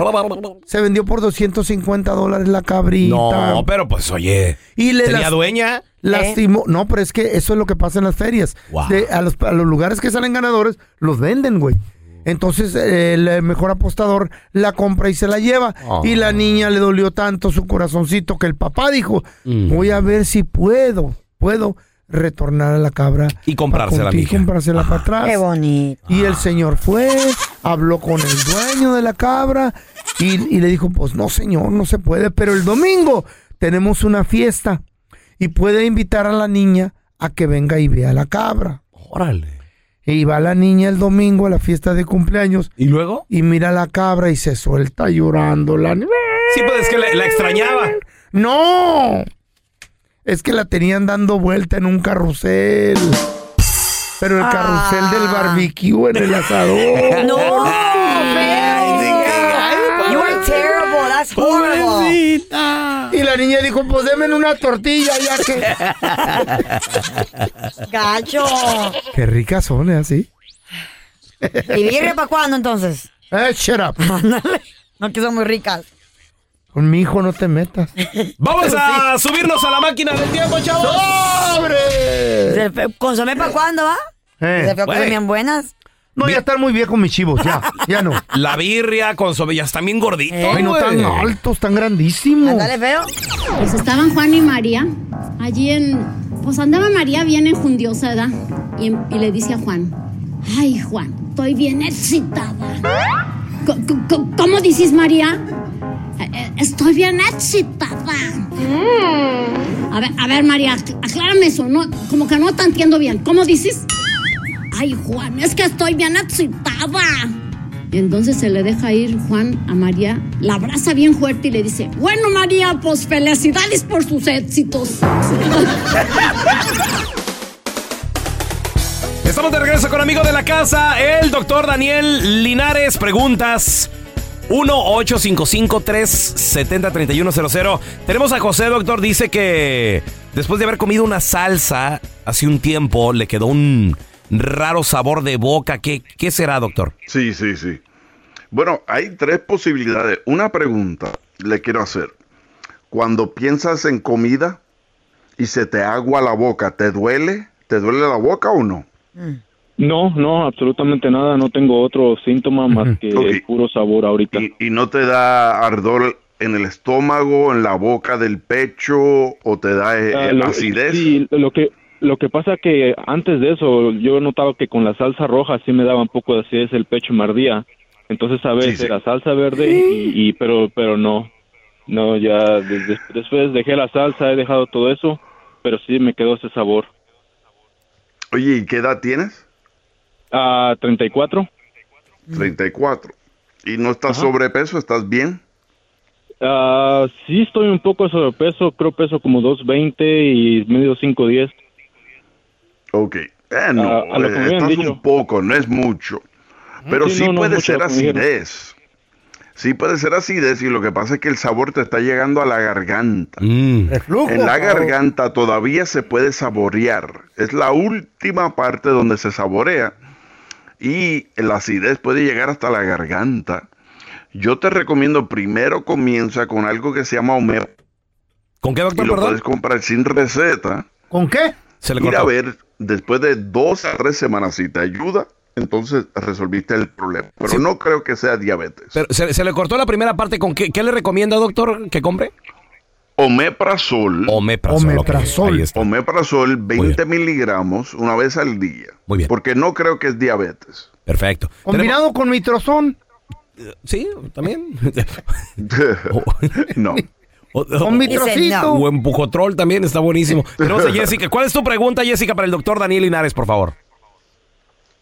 Se vendió por 250 dólares la cabrita. No, pero pues oye. Y le ¿Tenía las- dueña? Lastimó. No, pero es que eso es lo que pasa en las ferias. Wow. De- a, los, a los lugares que salen ganadores, los venden, güey. Entonces eh, el mejor apostador la compra y se la lleva. Oh. Y la niña le dolió tanto su corazoncito que el papá dijo, Mm. voy a ver si puedo, puedo retornar a la cabra. Y comprársela, para contigo, mija. comprársela para atrás. Qué bonito. Y el señor fue, habló con el dueño de la cabra y, y le dijo, pues no señor, no se puede, pero el domingo tenemos una fiesta y puede invitar a la niña a que venga y vea la cabra. Órale. Y va la niña el domingo a la fiesta de cumpleaños. ¿Y luego? Y mira la cabra y se suelta llorando la ni- Sí, pues es que la, la extrañaba. ¡No! Es que la tenían dando vuelta en un carrusel. Pero el carrusel del barbecue en el asador. Ah. No, feo. You are terrible. That's horrible. Y la niña dijo, pues denme una tortilla ya que... Gacho. Qué ricas son, ¿eh? Así. ¿Y viernes para cuándo entonces? Eh, shut up. No, que son muy ricas. Con mi hijo no te metas. Vamos a subirnos a la máquina del tiempo, chavos. ¡Sobre! Del fe- ¿Consomé para cuándo va? Eh, Del feo que güey. son bien buenas. No, ya están muy viejos mis chivos, ya. Ya no. La birria con sobillas están bien gorditos. Ay, no güey. tan altos, tan grandísimos. Dale feo. Pues estaban Juan y María allí en. Pues andaba María bien enjundiosa, ¿verdad? Y, em- y le dice a Juan: Ay, Juan, estoy bien excitada. Co- co- co- ¿Cómo dices, María? eh, estoy bien excitada. A ver, a ver, María, ac- aclárame eso. No, como que no te entiendo bien. ¿Cómo dices? Ay, Juan, es que estoy bien excitada. Y entonces se le deja ir Juan a María, la abraza bien fuerte y le dice, bueno María, pues felicidades por sus éxitos. Estamos de regreso con amigo de la casa, el doctor Daniel Linares. Preguntas 1-855-370-3100. Tenemos a José, doctor. Dice que después de haber comido una salsa hace un tiempo, le quedó un raro sabor de boca. ¿Qué, qué será, doctor? Sí, sí, sí. Bueno, hay tres posibilidades. Una pregunta le quiero hacer. Cuando piensas en comida y se te agua la boca, ¿te duele? ¿Te duele la boca o no? No, no, absolutamente nada. No tengo otro síntoma más que el puro sabor ahorita. ¿Y no te da ardor en el estómago, en la boca del pecho o te da eh, Ah, lo- acidez? sí, lo que lo que pasa que antes de eso yo notaba que con la salsa roja sí me daba un poco de acidez el pecho me ardía. Entonces a veces sí. era salsa verde y, y- pero pero no. No, ya desde- después dejé la salsa, he dejado todo eso, pero sí me quedó ese sabor. Oye, ¿y qué edad tienes? Ah, 34. 34. ¿Y no estás sobrepeso? ¿Estás bien? Ah, sí estoy un poco sobrepeso, creo peso como 220 y medio 510. Ok. Eh, no, Ah, A- a lo que me eh, habían estás dicho. un poco, no es mucho. Pero Sí, sí no, no, puede mucho ser lo que me dijeron. acidez. Sí puede ser acidez y lo que pasa es que el sabor te está llegando a la garganta. Mm. En la garganta todavía se puede saborear. Es la última parte donde se saborea. Y la acidez puede llegar hasta la garganta. Yo te recomiendo primero comienza con algo que se llama omega. ¿Con qué doctor? Y lo perdón? puedes comprar sin receta. ¿Con qué? Se Ir a ver, después de dos a tres semanas, si te ayuda, entonces resolviste el problema. Pero no creo que sea diabetes. Pero se, se le cortó la primera parte. ¿Con qué, qué le recomienda, doctor, que compre? Omeprazol. Omeprazol. Omeprazol. 20 miligramos una vez al día. Muy bien. Porque no creo que es diabetes. Perfecto. Combinado con mitrozón. Sí, también. no. Con mi Dice trocito. no. O empujotrol también está buenísimo. Tenemos a Jessica. ¿Cuál es tu pregunta, Jessica, para el doctor Daniel Linares, por favor?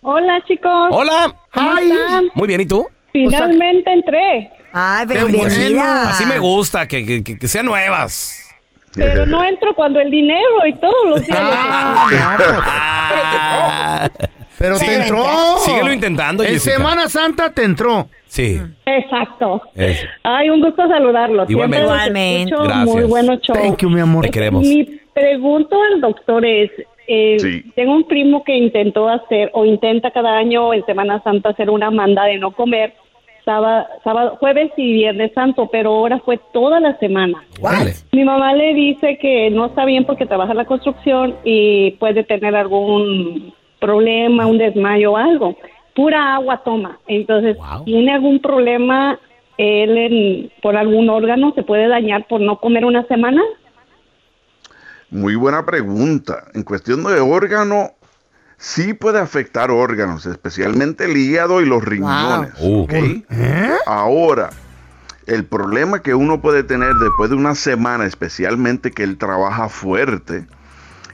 Hola, chicos. Hola. ¿Cómo están? Muy bien, ¿y tú? Finalmente entré. Ay, Qué bueno. Así me gusta, que, que- que- que sean nuevas. Pero no entro cuando el dinero y todo Ah. lo Pero Sigue- te entró. Síguelo intentando, En Jessica. Semana Santa te entró. Sí. Exacto. eso. Ay, un gusto saludarlo. Igualmente. Siempre los Igualmente. escucho. Gracias. Muy bueno show. Thank you, mi amor. Te queremos. Mi pregunta al doctor es, eh, Sí. tengo un primo que intentó hacer o intenta cada año en Semana Santa hacer una manda de no comer sábado, sábado jueves y viernes santo, pero ahora fue toda la semana. Mi mamá le dice que no está bien porque trabaja en la construcción y puede tener algún problema, un desmayo o algo. Pura agua toma. Entonces, ¿tiene algún problema él en- por algún órgano? ¿Se puede dañar por no comer una semana? Muy buena pregunta. En cuestión de órgano, sí puede afectar órganos, especialmente el hígado y los riñones. Uh, Uh. ¿ok? Ahora, el problema que uno puede tener después de una semana, especialmente que él trabaja fuerte,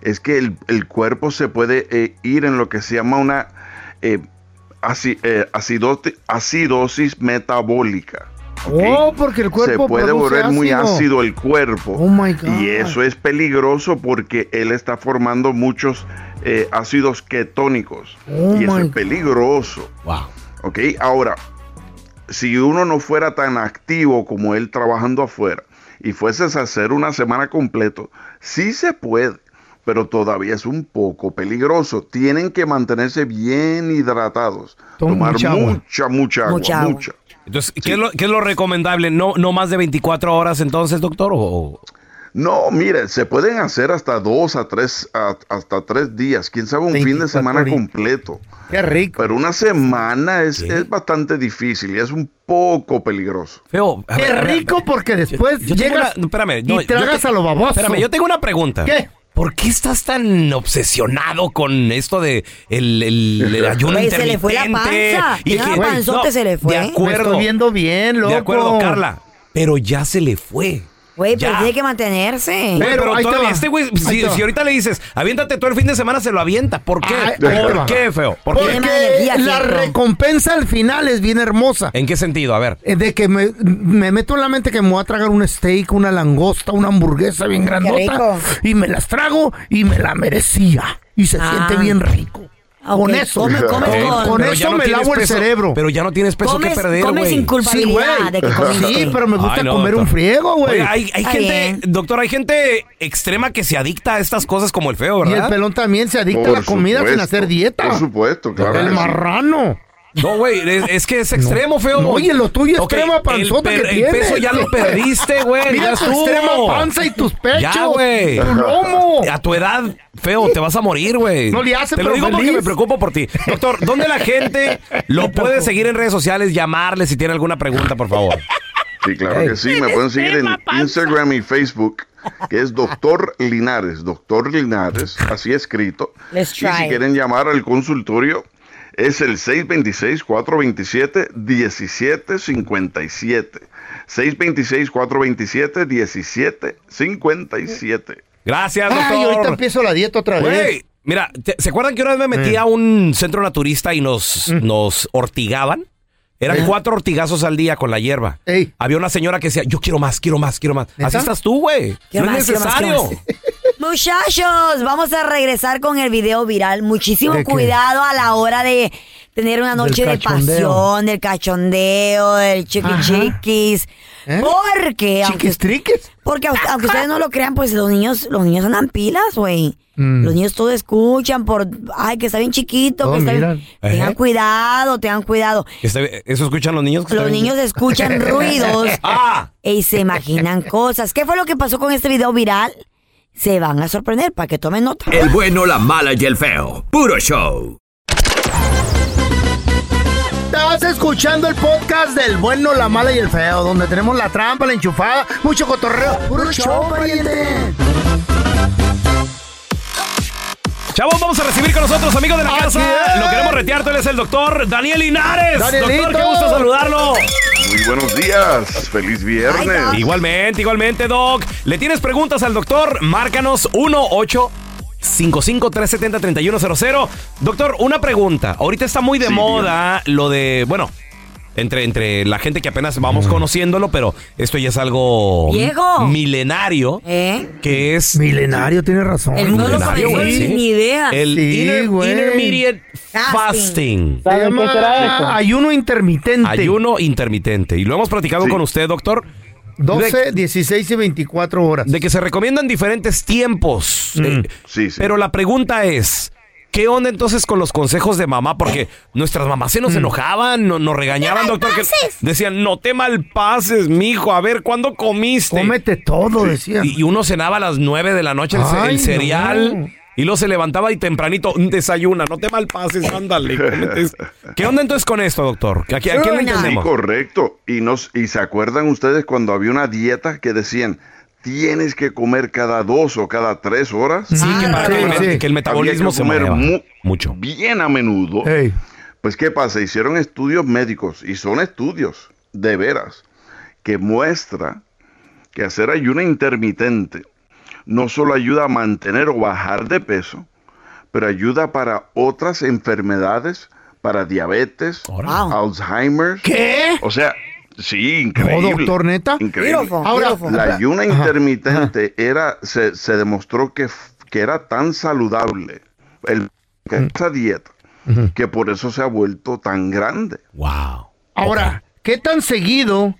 es que el, el cuerpo se puede eh, ir en lo que se llama una eh, asi- eh, acidote- acidosis metabólica. ¿ok? Oh, porque el cuerpo se puede produce Oh volver muy ácido el cuerpo. God. Y eso es peligroso porque él está formando muchos eh, ácidos ketónicos. Oh, y eso my es peligroso. Ok, ahora, si uno no fuera tan activo como él trabajando afuera y fueses a hacer una semana completo, sí se puede, pero todavía es un poco peligroso. Tienen que mantenerse bien hidratados. Toma tomar mucha mucha, agua. mucha, agua, Mucha agua. mucha. Entonces, ¿qué, es lo, qué es lo recomendable? ¿No, ¿No más de 24 horas entonces, doctor? ¿O- o- No, mire, se pueden hacer hasta dos a tres, a- hasta tres días. Quién sabe, un fin de semana completo. Qué rico. Pero una semana es, es bastante difícil y es un poco peligroso. Feo. a Qué ver, a ver, rico porque después yo tengo llegas una- espérame, y Eh, no, yo tragas te- a lo baboso. Espérame, yo tengo una pregunta. ¿Qué? ¿Por qué estás tan obsesionado con esto de el, el- el ayuno Güey, se le fue la intermitente? panza. Tenía la que- panzote, se le fue. De Me acuerdo. estoy viendo bien, loco. De acuerdo, Carla. Pero ya se le fue. Güey, pero Ya. tiene que mantenerse. Güey, pero todavía este güey, si, si ahorita le dices, aviéntate todo el fin de semana, se lo avienta. ¿Por qué? Ahí- ahí te ¿Por va. qué, feo? ¿Por qué? Porque la recompensa al final es bien hermosa. ¿En qué sentido? A ver. Eh, De que me, me meto en la mente que me voy a tragar un steak, una langosta, una hamburguesa bien Qué grandota. rico. Y me las trago y me la merecía. Y se Ah. siente bien rico. Con eso, con, con Pero ya eso no me tienes lavo el peso- cerebro. Pero ya no tienes peso que perder, güey. Sí, güey. Sí, pero me gusta Ay, no, comer un doctor. friego, güey. Oye, hay, hay gente, doctor, hay gente extrema que se adicta a estas cosas como el feo, Y ¿verdad? el pelón también se adicta a la Por comida sin supuesto, hacer dieta. por supuesto, claro El que sí. marrano. No, güey, es, es que es extremo, feo. No, oye, lo tuyo es Ok, crema el panzota per- que tienes. El peso ya lo perdiste, güey. Mira ya tu estuvo. extrema panza y tus pechos. Ya, güey. Tu lomo. A tu edad, feo, te vas a morir, güey. No le hace, Te lo pero digo porque feliz. me preocupo por ti. Doctor, ¿dónde la gente lo puede seguir en redes sociales? Llamarle si tiene alguna pregunta, por favor. Sí, claro que sí. Me pueden seguir en Instagram y Facebook, que es Doctor Linares. Doctor Linares, así escrito. Let's Y si try. quieren llamar al consultorio, es el 626-427-1757. 626-427-1757. Gracias, Ay, doctor. ahorita empiezo la dieta otra vez. Güey, mira, ¿te- ¿se acuerdan que una vez me metí Eh. a un centro naturista y nos, nos ortigaban? Eran cuatro ortigazos al día con la hierba. Había una señora que decía, yo quiero más, quiero más, quiero más. Así ¿Neta? estás tú, güey. No Quiero más, es quiero más, necesario. quiero Muchachos, vamos a regresar con el video viral. Muchísimo ¿De qué? cuidado a la hora de tener una Del noche de cachondeo. pasión, del cachondeo, del chiqui Ajá. chiquis. ¿Eh? Porque. Chiquis triquis. Porque aunque, aunque ustedes no lo crean, pues los niños, los niños andan pilas, güey. Mm. Los niños todo escuchan por. Ay, que está bien chiquito, Todo que está bien. miran. ¿Eh? Tengan Ajá. cuidado, tengan cuidado. Está bien, ¿Eso escuchan los niños? Los niños escuchan ruidos Ah. y se imaginan cosas. ¿Qué fue lo que pasó con este video viral? Se van a sorprender para que tomen nota. El bueno, la mala y el feo. Puro show. Estás escuchando el podcast del bueno, la mala y el feo, donde tenemos la trampa, la enchufada, mucho cotorreo. Puro show, pariente. Chavos, vamos a recibir con nosotros, amigos de la casa. es. Lo queremos retear, tú eres el doctor Daniel Linares. Danielito. Doctor, qué gusto saludarlo. Muy buenos días. Feliz viernes. Igualmente, igualmente, Doc. ¿Le tienes preguntas al doctor? Márcanos 18 370 3100 Doctor, una pregunta. Ahorita está muy de moda lo de, bueno, entre, entre la gente que apenas vamos conociéndolo, pero esto ya es algo Viejo. milenario, ¿Eh? que es... Milenario, tiene razón. El mundo lo comenzó güey, sin sí. idea. El Sí, inter- güey. intermediate fasting. Se llama Ayuno intermitente. Ayuno intermitente. Y lo hemos platicado con usted, doctor. 12, 16 y 24 horas. Mm. De que se recomiendan diferentes tiempos. Eh, Pero la pregunta es, ¿qué onda entonces con los consejos de mamá? Porque nuestras mamás se nos Mm. enojaban, no- nos regañaban, doctor. Que decían, no te malpases, mijo, a ver, ¿cuándo comiste? Cómete todo, decía. Y, y uno cenaba a las 9 de la noche el, ce- Ay, el cereal. no. Y luego se levantaba y tempranito, "Mm, desayuna, no te malpases, ándale. cómete esto". ¿Qué onda entonces con esto, doctor? ¿A, qui- a quién le Sí, entendemos? correcto. Y, nos, y se acuerdan ustedes cuando había una dieta que decían, tienes que comer cada dos o cada tres horas. Ah, Sí, que para que, el me- que el metabolismo se comer mueva. mu- mucho. bien a menudo. Pues qué pasa, hicieron estudios médicos y son estudios de veras que muestra que hacer ayuno intermitente no solo ayuda a mantener o bajar de peso, pero ayuda para otras enfermedades, para diabetes, Alzheimer. ¿Qué? O sea, sí, No, increíble. Oh, doctor, neta. Increíble. Beautiful, Ahora- beautiful. la ayuna Ajá. intermitente era, se, se demostró que, f- que era tan saludable el, que esa dieta que por eso se ha vuelto tan grande. Wow. Ahora, ¿qué tan seguido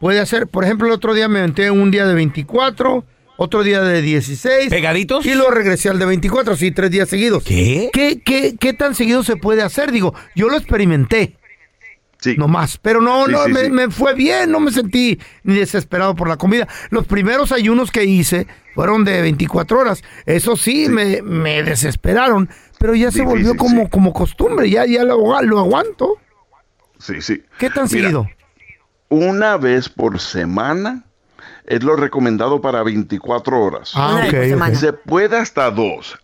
puede hacer? Por ejemplo, el otro día me aventé un día de 24, otro día de 16. ¿Pegaditos? Y luego regresé al de 24, sí, tres días seguidos. ¿Qué? ¿Qué, qué, tan seguido se puede hacer? Digo, yo lo experimenté. Sí. No más, pero no, Sí, no, sí, me, sí. me fue bien, no me sentí ni desesperado por la comida. Los primeros ayunos que hice fueron de 24 horas. Eso sí, Me, me desesperaron, pero ya se Difícil, volvió como, como costumbre, ya, ya lo, lo aguanto. Sí, sí. ¿Qué tan Mira, seguido? Una vez por semana es lo recomendado para 24 horas. Ah, Una vez por ok, Ah. ok. semana. Se puede hasta dos,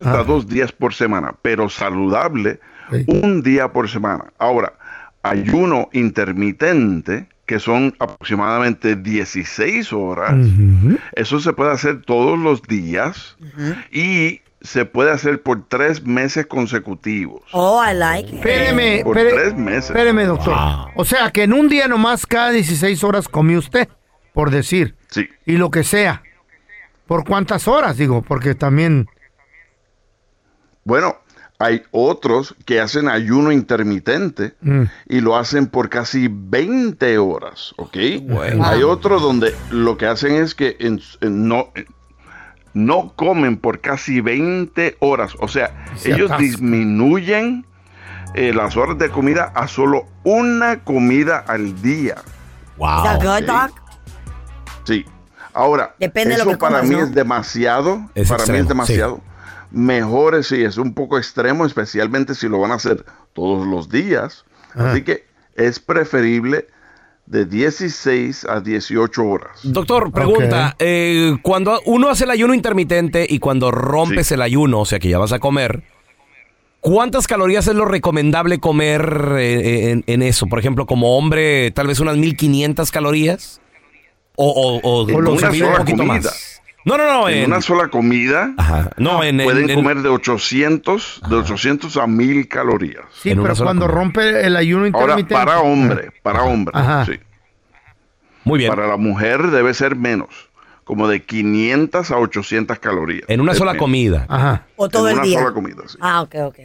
hasta dos días por semana, pero saludable un día por semana. Ahora, ayuno intermitente, que son aproximadamente 16 horas. Eso se puede hacer todos los días y se puede hacer por tres meses consecutivos. Oh, I like it. Espéreme, Por espere- tres meses. espéreme, doctor. O sea, que en un día nomás cada 16 horas comió usted, por decir. Sí. Y lo que sea. ¿Por cuántas horas? Digo, porque también... Bueno, hay otros que hacen ayuno intermitente Mm. y lo hacen por casi 20 horas, ¿ok? Bueno. Hay otros donde lo que hacen es que en- en no, no comen por casi 20 horas, o sea, Se ellos atascan. disminuyen eh, las horas de comida a solo una comida al día. Wow. Is that good, Doc? Sí. Ahora, Depende de eso lo que para comas, mí ¿no? es demasiado. Es para mí extremo, es demasiado. Mejor es- sí, es un poco extremo, especialmente si lo van a hacer todos los días. Así que es preferible de 16 a 18 horas. Doctor, pregunta, eh, cuando uno hace el ayuno intermitente y cuando rompes el ayuno, o sea que ya vas a comer, ¿cuántas calorías es lo recomendable comer eh, en, en eso? Por ejemplo, como hombre, tal vez unas 1500 calorías o, o, o En una consumir un sola poquito comida. más. No, no, no. En en- una sola comida No, en- en- pueden en- comer de 800, de 800 a 1000 calorías. Sí, pero cuando rompe el ayuno Ahora, intermitente... para hombre, para hombre, Ajá. sí. Muy bien. Para la mujer debe ser menos, como de 500 a 800 calorías. En una Es sola menos. comida. Ajá. O todo en el una día. sola comida, sí. Ah, ok, ok.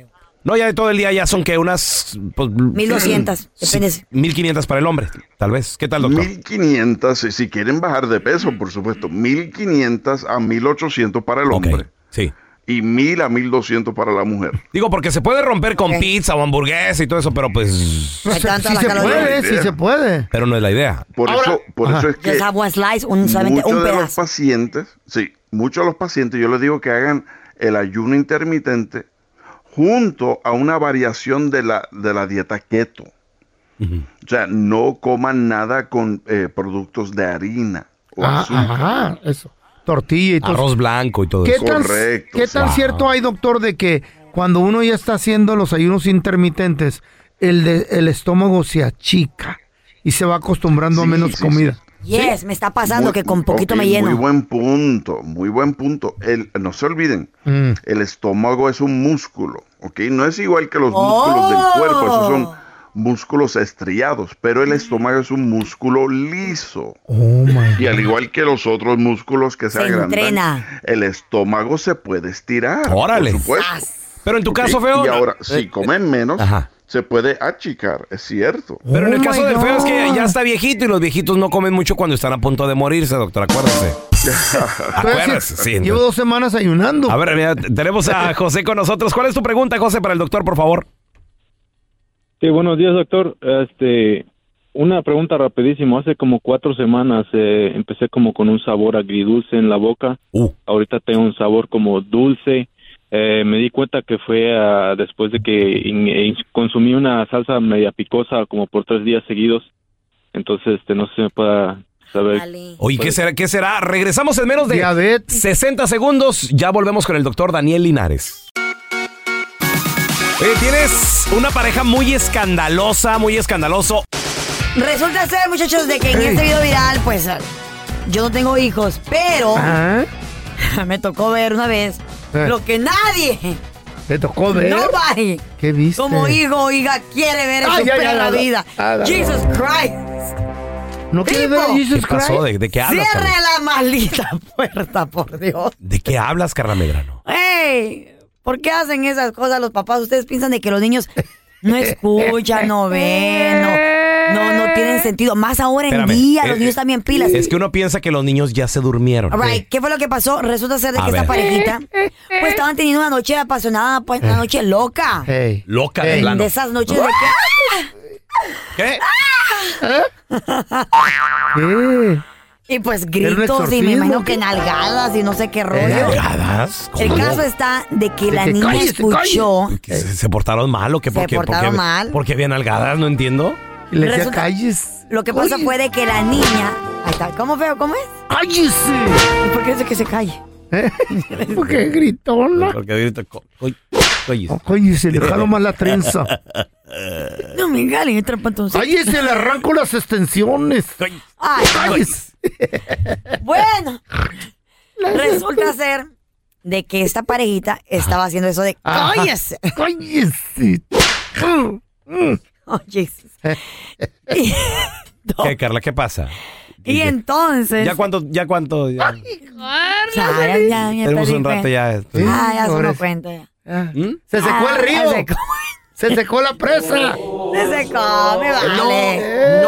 No, ya de todo el día ya son que unas... pues, 1200, sí, depende. 1500 para el hombre, tal vez. ¿Qué tal, doctor? 1500, si- si quieren bajar de peso, por supuesto, 1500 a 1800 para el hombre. sí. Y 1000 a 1200 para la mujer. Digo, porque se puede romper con pizza o hamburguesa y todo eso, pero pues... Hay tantas Sí las se calorías. puede, sí se puede. Pero no es la idea. Por eso, por eso es que Just have one slice, un, solamente muchos un de pedazo. los pacientes, sí, muchos de los pacientes yo les digo que hagan el ayuno intermitente junto a una variación de la, de la dieta keto. O sea, no coman nada con eh, productos de harina o Ah, azúcar. ajá, eso. Tortilla y todo. Arroz blanco y todo ¿Qué eso. tan, Correcto, ¿qué sí. tan Wow. cierto hay, doctor, de que cuando uno ya está haciendo los ayunos intermitentes, el, de- el estómago se achica y se va acostumbrando a menos comida? Yes, me está pasando Muy- que con poquito ok, me lleno. Muy buen punto, muy buen punto. El- no se olviden, Mm. el estómago es un músculo, ¿ok? No es igual que los músculos Oh. del cuerpo, esos son músculos estriados, pero el estómago es un músculo liso. Oh, y al igual que los otros músculos que se, Se agrandan, entrena. el estómago se puede estirar. Órale. Por supuesto. Pero en tu ¿ok? caso, feo. Y ahora, eh, si comen menos, Ajá. se puede achicar, es cierto. Pero en el Oh caso my del feo es que God. ya está viejito y los viejitos no comen mucho cuando están a punto de morirse, doctor. Acuérdese. Estoy acuérdese, así- sí. Llevo dos semanas ayunando. A ver, mira, t- tenemos a José con nosotros. ¿Cuál es tu pregunta, José, para el doctor, por favor? Sí, buenos días, doctor. Este, una pregunta rapidísimo. Hace como cuatro semanas eh, empecé como con un sabor agridulce en la boca. Uh. Ahorita tengo un sabor como dulce. Eh, me di cuenta que fue ah, después de que in- eh, in- consumí una salsa media picosa como por tres días seguidos. Entonces, este, no sé si me pueda saber. Oye, ¿qué será? Eh, ¿Qué será? Regresamos en menos de Diabetes. 60 segundos. Ya volvemos con el doctor Daniel Linares. Oye, tienes una pareja muy escandalosa, muy escandaloso. Resulta ser, muchachos, de que en este video viral, pues ah, yo no tengo hijos, pero me tocó ver una vez Eh. lo que nadie, Te tocó ver. nobody, ¿Qué viste? como hijo o hija quiere ver en Ay, su ay, ay, perra ay, vida. ay, ay, Jesus ay. Christ, ¿No quieres ver a Tipo. Jesus ¿Qué pasó? Christ? ¿De, de qué hablas? cierre Carla? la maldita puerta, por Dios. ¿De qué hablas, Carla Medrano? ¡Ey! ¿Por qué hacen esas cosas los papás? Ustedes piensan de que los niños no escuchan, no ven, no, no, no tienen sentido. Más ahora en Espérame, día, eh, los niños también pilas. Es que uno piensa que los niños ya se durmieron. All right, ¿Qué fue lo que pasó? Resulta ser de A que esta ver. parejita, pues estaban teniendo una noche apasionada, pues, Eh. una noche loca. Loca de Ey. plano. De esas noches de que... ¿Qué? ¡Ah! ¿Eh? ¿Qué? Y pues un gritos y me exorcismo, imagino ¿qué? que nalgadas y no sé qué rollo. ¿Nalgadas? El ¿Cómo? caso está de que De la que niña calle, se escuchó ¿Que ¿Se, se portaron mal o qué? ¿Por Se qué? ¿Por qué- portaron mal. ¿Por qué bien algadas? No entiendo. Resulta- Lo que pasa fue de que la niña. Ahí está. ¿Cómo feo? ¿Cómo es? ¡Cállese! ¿Eh? ¿Y por qué dice que se calle? Porque gritona. Porque ahorita co- co- Oh, coyes. Oye, se le jaló más la trenza. No me engañen, entra pantoncito. Ahí se le arrancó las extensiones. Ay, Bueno, resulta ser de que esta parejita estaba haciendo eso de Ajá. ¡Cállese! ¡Cállese! Oh, Jesus. Y, ¿Qué, Carla? ¿Qué pasa? y entonces... ¿Ya cuánto? ¿Ya cuánto? Ya? O sea, ya, ya, ya Tenemos perdí un rato fe. ya. eh. pues. Ah, ya se Ahora uno es- cuenta ya. ¿Mm? Se secó Ah, el río. ya se Se secó la presa. Se secó, me vale.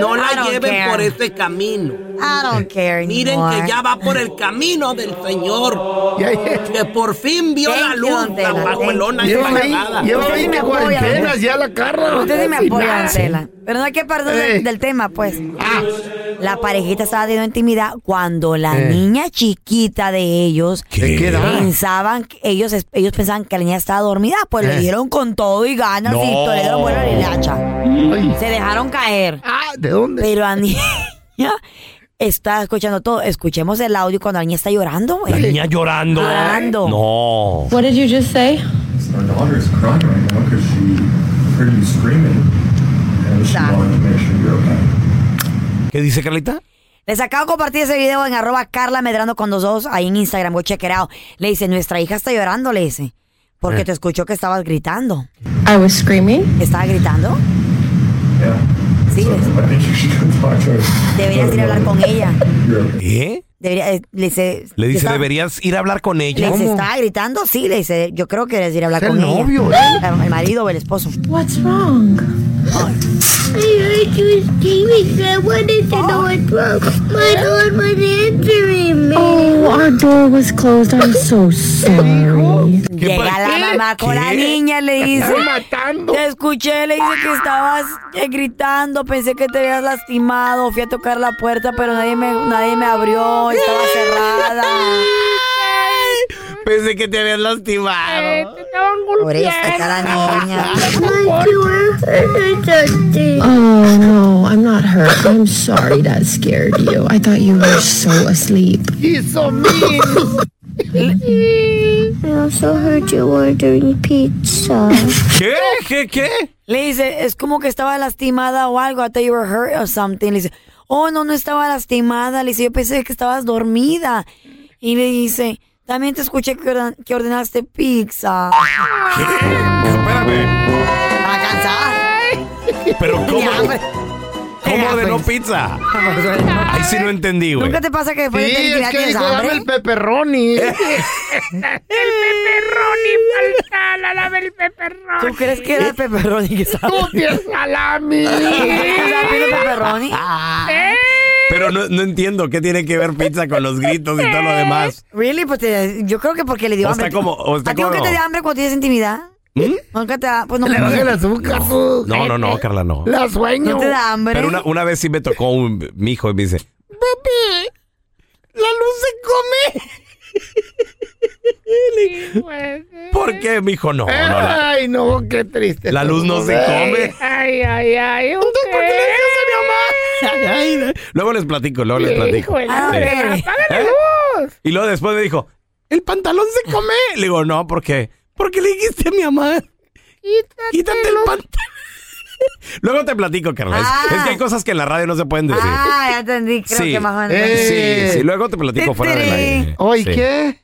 No I la don't lleven care. por ese camino. I don't care Miren anymore. que ya va por el camino del Señor. Ya, ya. Que por fin vio Thank la you, luz, don la Tela, thank pajuelona y you. Lleva ahí, la lleva Usted sí me 20 apoya. cuarentenas ya la Carla. Usted sí me Al apoya, final. don Tela. Pero no hay que perder del, del tema, pues. Ah. La parejita estaba teniendo intimidad cuando la Eh. niña chiquita de ellos ¿De qué edad? pensaban, que- ellos, ellos pensaban que la niña estaba dormida, pues Eh. le dieron con todo y ganas y No. le dieron vuelo y le hacha. Ay. Se dejaron caer. Ah, ¿De dónde? Pero la niña está escuchando todo. Escuchemos el audio cuando la niña está llorando, güey. La niña llorando. Llorando. No. What did you just say? My daughter's crying right now because she heard you screaming and she wanted to make sure you're okay. ¿Qué dice Carlita? Les acabo de compartir ese video en arroba Carla Medrano con dos ojos ahí en Instagram, voy chequeado. Le dice, nuestra hija está llorando, le dice. Porque Eh. te escuchó que estabas gritando. I was screaming. ¿Estaba gritando? Yeah. Sí, So I think you should go talk to her. Deberías ir a hablar con ella. ¿Eh? Debería, eh, le dice, Le dice, estaba- deberías ir a hablar con le ella. dice, ¿estaba gritando? Sí, le dice, yo creo que deberías ir a hablar Es el con ella. novio, ¿eh? El marido o el esposo. What's wrong? I heard you screaming. I wanted to know what's wrong. My dog was answering me. Oh, our door was closed. I'm so sorry. Llega la mamá con la niña, le dice. Estaba Te escuché, le dice que estabas eh, gritando. Pensé que te habías lastimado. Fui a tocar la puerta, pero nadie me, nadie me abrió. Estaba cerrada. Pensé que te habías Eh, lastimado. Esta cara niña. Oh no, I'm not hurt. I'm sorry that scared you. I thought you were so asleep. He's so mean. I also heard you ordering pizza. ¿Qué? ¿Qué? ¿Qué? Le dice, es como que estaba lastimada o algo. I thought you were hurt or something. Le dice, oh, no, no estaba lastimada. Le dice, yo pensé que estabas dormida. Y le dice, también te escuché que, orden- que ordenaste pizza. Para cansar. Pero Tenía hambre. ¿Cómo ordenó pizza? Ahí sí no entendí, güey. ¿Nunca te pasa que después Sí, de tener es intimidad que tienes dijo, dame hambre? el pepperoni. el pepperoni, faltala, dame el pepperoni. ¿Tú crees que era Eh, el pepperoni que estaba? ¡Tú tienes salami! ¿Estaba pidiendo pepperoni? ¿Eh? Pero no, no entiendo qué tiene que ver pizza con los gritos y todo lo demás. Really, pues te- yo creo que porque le dio O hambre. está como- o está ¿A ti nunca como- te da hambre cuando tienes intimidad? ¿Mm? Nunca te da, pues no. Le baja el azúcar, tú. No, no, no, Carla, no. La sueño. ¿No te da hambre? Pero una, una vez sí me tocó un, mi hijo y me dice, Papi, la luz se come. ¿por qué, mi hijo? No, no, la, Ay, no, qué triste. la luz no se come. Ay, ay, ay. Entonces, ¿por qué le dices a mi mamá? Ay, Luego les platico, luego les platico. Híjole, Sí. Ah, apaga la ¿Eh? luz. Y luego después me dijo, el pantalón se come. Le digo, no, ¿por qué? Porque le dijiste a mi mamá, quítate el pantalón. Luego te platico, Carla. Es- Es, que hay cosas que en la radio no se pueden decir. Ah, ya entendí, creo sí. que más o menos. sí, sí, luego te platico fuera del aire. Oye, Sí. ¿qué?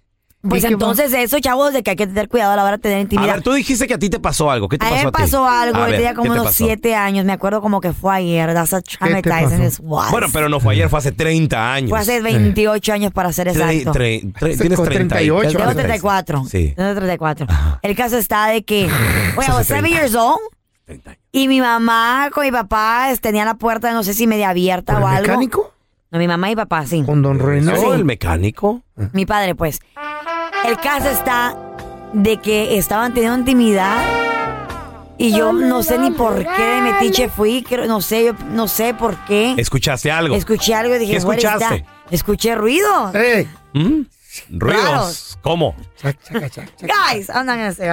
Pues entonces eso, chavos, de que hay que tener cuidado a la hora de tener A intimidad. ver, tú dijiste que a ti te pasó algo. ¿Qué te A mí pasó me a ti? pasó algo, A yo ver, tenía como ¿qué te unos pasó? siete años, me acuerdo como que fue ayer, that's a traumatizing as what. Bueno, pero no fue ayer, fue hace 30 años. Fue hace 28 años para ser Tre- exacto. tre- tre- tienes 38. Tengo 34. Sí. Tengo 34. El caso está de que, bueno, I was hace 7 30. years old. Y mi mamá con mi papá es- tenían la puerta, no sé si media abierta o algo. mecánico? No, mi mamá y papá, sí. Con don Renato. ¿No? ¿El mecánico? Mi padre, pues. El caso está de que estaban teniendo intimidad. Y yo no sé ni por qué de metiche fui, creo- no sé, yo no sé por qué. Eh, ¿Escuchaste algo? Escuché algo y dije, ¿Qué "What is that?". escuchaste? Escuché ruido. ¿Mm? ¿Ruidos? Raros. ¿Cómo? Guys, andan en ese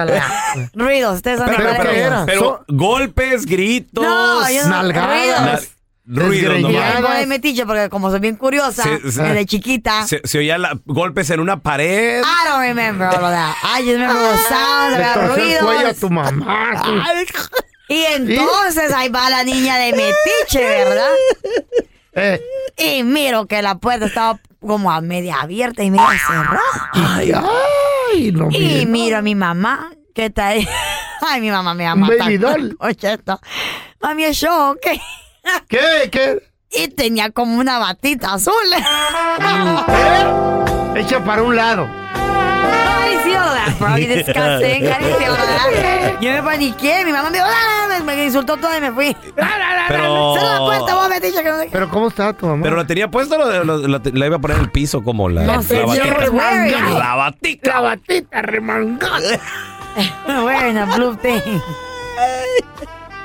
Ruidos, ustedes son Pero, normales. pero golpes, gritos. No, yo no- nalgadas. ruidos. ruido nomás. Algo de metiche, porque como soy bien curiosa, Sí, sí. desde chiquita. Se, se oía la- golpes en una pared. I don't remember all of that. I just remember the sounds, Le the torció el ruidos. cuello a tu mamá. Ay, Y entonces ahí va la niña de metiche, ¿verdad? Eh, Y miro que la puerta estaba como a media abierta y media cerrada. Ay, ay, no y mire. miro a mi mamá, que está ahí. Ay, mi mamá me ama. Baby doll. Oye, esto. Mami, ¿es yo o qué? ¿Qué? ¿Qué? Y tenía como una batita azul. mm. Eh, Echa para un lado. Ay, sí, hola, probably disgusting. Cállate, hola. Yo me paniqué, mi mamá me dijo, "Ah", me- me insultó toda y me fui. Ah, Pero- Cerra la puerta, vos metiche, que no sé qué. Pero ¿cómo estaba tu mamá? Pero la tenía puesta o la, la- la- la iba a poner en el piso como la, No la sé, yo no baqueta? sé. La batica. La batita remangada. Wearing a blue thing.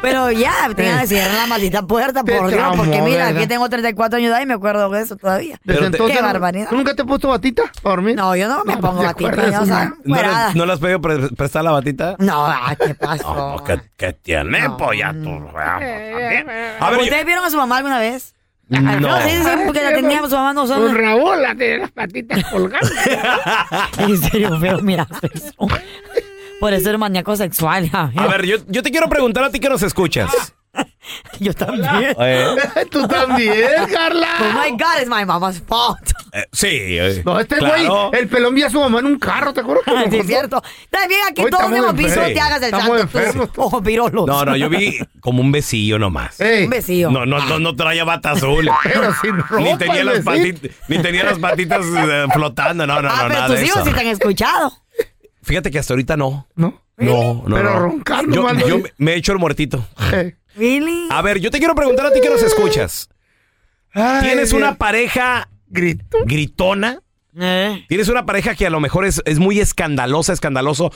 Pero ya, tenía que cerrar la maldita puerta, Eh. Te por Dios, traumó, porque mira, ¿verdad? aquí tengo 34 años de edad y me acuerdo de eso todavía. Desde entonces, Qué barbaridad. ¿Nunca te he puesto batita para dormir? No, yo no me pongo ¿te batita, acuerdas, yo, o sea, ¿No le, fuera. ¿No le has pedido pre- prestar la batita? No, ¿qué pasó? ¿qué, qué tiene, polla? tú? A ver, ¿Ustedes vieron a su mamá alguna vez? No. No, sí, sí, sí, porque la teníamos su mamá nosotros. Con Pues, Raúl, la de las patitas colgando. En serio, feo, mira, eso. Por eso eres maníaco sexual. ya, A ver, yo, yo te quiero preguntar a ti que nos escuchas. Yo también. Eh, Tú también, Carla. Oh my God, it's my mama's fault. eh, sí. eh, No, este güey, claro. el pelón vi a su mamá en un carro, ¿te acuerdas? Sí, es cierto. También aquí Hoy todos estamos hemos visto, enfermos. te hagas el Estamos santo. enfermos. tú. Ojos virolos. oh. No, no, yo vi como un besillo nomás. Un Ah. besillo. No, no, no, no traía bata azul. Pero sin ni, ropa, tenía el las besillo. patiti- ni tenía las patitas eh, flotando. No, no, ah, no, pero nada tus de hijos eso. sí te han escuchado. Fíjate que hasta ahorita no. ¿No? No, no. Pero no. roncando, Yo, mano. yo me- me he hecho el muertito. Really? A ver, yo te quiero preguntar a ti que nos escuchas. ¿Tienes una pareja gritona? ¿Tienes una pareja que a lo mejor es, es muy escandalosa, escandaloso?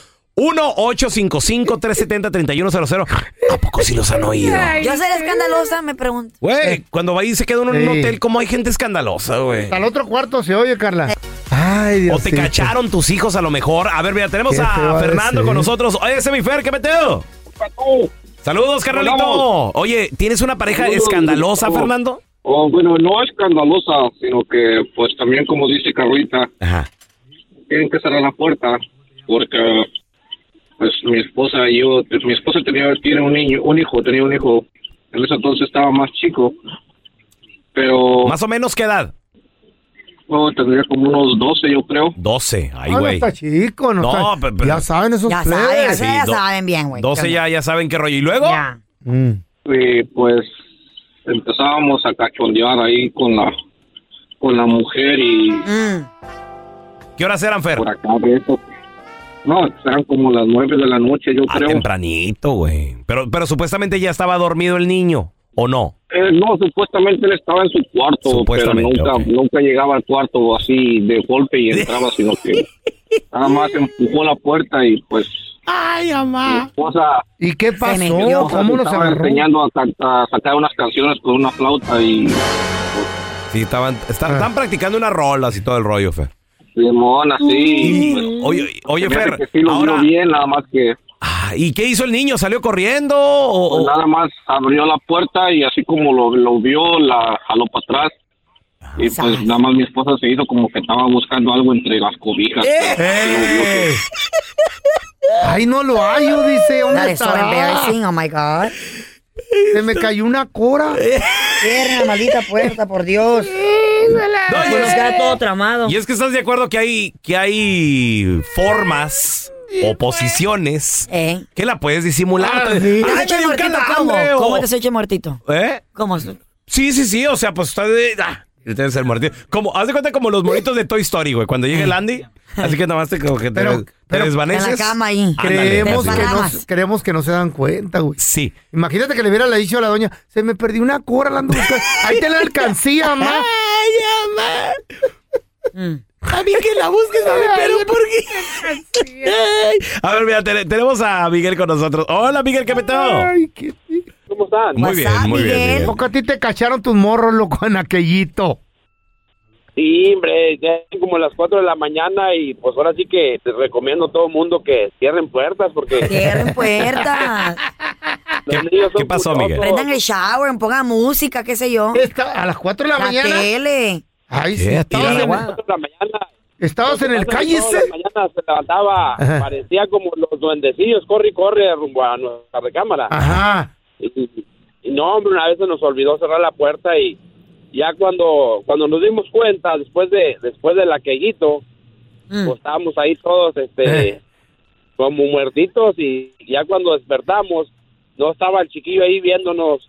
1-855-370-3100. ¿A poco sí los han oído? Yo seré escandalosa, me pregunto. Güey, cuando va y se queda uno en un Sí. hotel, ¿cómo hay gente escandalosa, güey? Al otro cuarto se oye, Eh. Carla. Ay, Dios O te cacharon tus hijos a lo mejor. A ver, mira, tenemos ¿Qué te va a a Fernando decir? con nosotros. Oye, ese mi Fer, ¿qué meteo? Saludos, carnalito. Saludos. Oye, ¿tienes una pareja Saludos, escandalosa, Luisito. Fernando? Oh, bueno, no escandalosa, sino que, pues también, como dice Carlita, tienen que cerrar la puerta, porque, pues, mi esposa y yo, pues, mi esposa tenía, tiene un niño, un hijo, tenía un hijo, en ese entonces estaba más chico, pero. ¿Más o menos qué edad? Oh, tendría como unos 12, yo creo. 12, ahí, Ah, no güey. está chico, no, No, está- pe- pe- Ya saben esos Ya plebes. saben, ya, Sí, saben, ya do- saben bien, güey. 12 ya, ya saben qué rollo. ¿Y luego? Y pues empezábamos a cachondear ahí con la con la mujer y ¿Qué horas eran, Fer? por acá de eso. No, eran como las nueve de la noche, yo Ah, creo. tempranito, güey. Pero, pero supuestamente ya estaba dormido el niño, ¿o no? Eh, no, supuestamente él estaba en su cuarto, pero Supuestamente, nunca, ok. nunca llegaba al cuarto así de golpe y entraba, sino que nada más empujó la puerta y pues Ay, mamá. esposa ¿Y qué Yo pasó? ¿Cómo ¿Cómo nos estaba agarró? enseñando a, can- a sacar unas canciones con una flauta y Sí, estaban, está- Ah. están practicando unas rolas y todo el rollo, Fer. Simón Y- así. pues, oye, oye, Se me hace Fer, que sí lo vio ahora- bien, nada más que Ah, ¿Y qué hizo el niño? ¿Salió corriendo? o- o- pues, nada más abrió la puerta y así como lo, lo vio, la jaló para atrás. Ah, Y pues nada más mi esposa se hizo como que estaba buscando algo entre las cobijas. ¡Eh! ¡Eh! Ay, no lo hallo, dice. That ¿Dónde is so estará? embarrassing, oh my God. Se me cayó una cora. Cierra la maldita puerta, por Dios. No, Bueno, es- queda todo tramado. Y es que estás de acuerdo que hay, que hay formas o posiciones Eh. que la puedes disimular. Ah, ¿Te has Ay, hecho el me dio un muertito cómo? calambre, o- ¿Cómo te has hecho el muertito? ¿Eh? ¿Cómo? Sí, sí, sí, o sea, pues está de... ah, le tienes el martillo. Como, haz de cuenta como los monitos de Toy Story, güey, cuando llega el Andy. Así que nomás te, como que te, te desvaneces. En la cama ahí. Creemos que, no, Desbaramas. creemos que no se dan cuenta, güey. Sí. Imagínate que le hubiera dicho a la doña, se me perdió una cora, la ando buscando. Ahí te la alcancía, mamá. Ah, Ay, mamá. A mí que la busques, mami, pero ¿por qué? Ay. A ver, mira, te- tenemos a Miguel con nosotros. Hola, Miguel, ¿qué meteo? ¿Cómo estás? Muy bien, muy bien, Miguel. Poco a ti te cacharon tus morros, loco, en aquellito. Sí, hombre, ya son como las 4 de la mañana y pues ahora sí que te recomiendo a todo el mundo que cierren puertas porque... Cierren puertas. ¿Qué, qué pasó, Miguel? Prendan el shower, pongan música, qué sé yo. a las 4 de la, mañana. La tele. Ay, Sí, sí, a estabas tirar en, agua. estabas en el calle. Todas las mañanas se levantaba, Ajá. parecía como los duendecillos, corre y corre rumbo a nuestra recámara. Ajá. Y, y no, hombre, una vez se nos olvidó cerrar la puerta y ya cuando cuando nos dimos cuenta, después de después del aquellito, pues estábamos ahí todos este Eh. como muertitos y ya cuando despertamos, no estaba el chiquillo ahí viéndonos.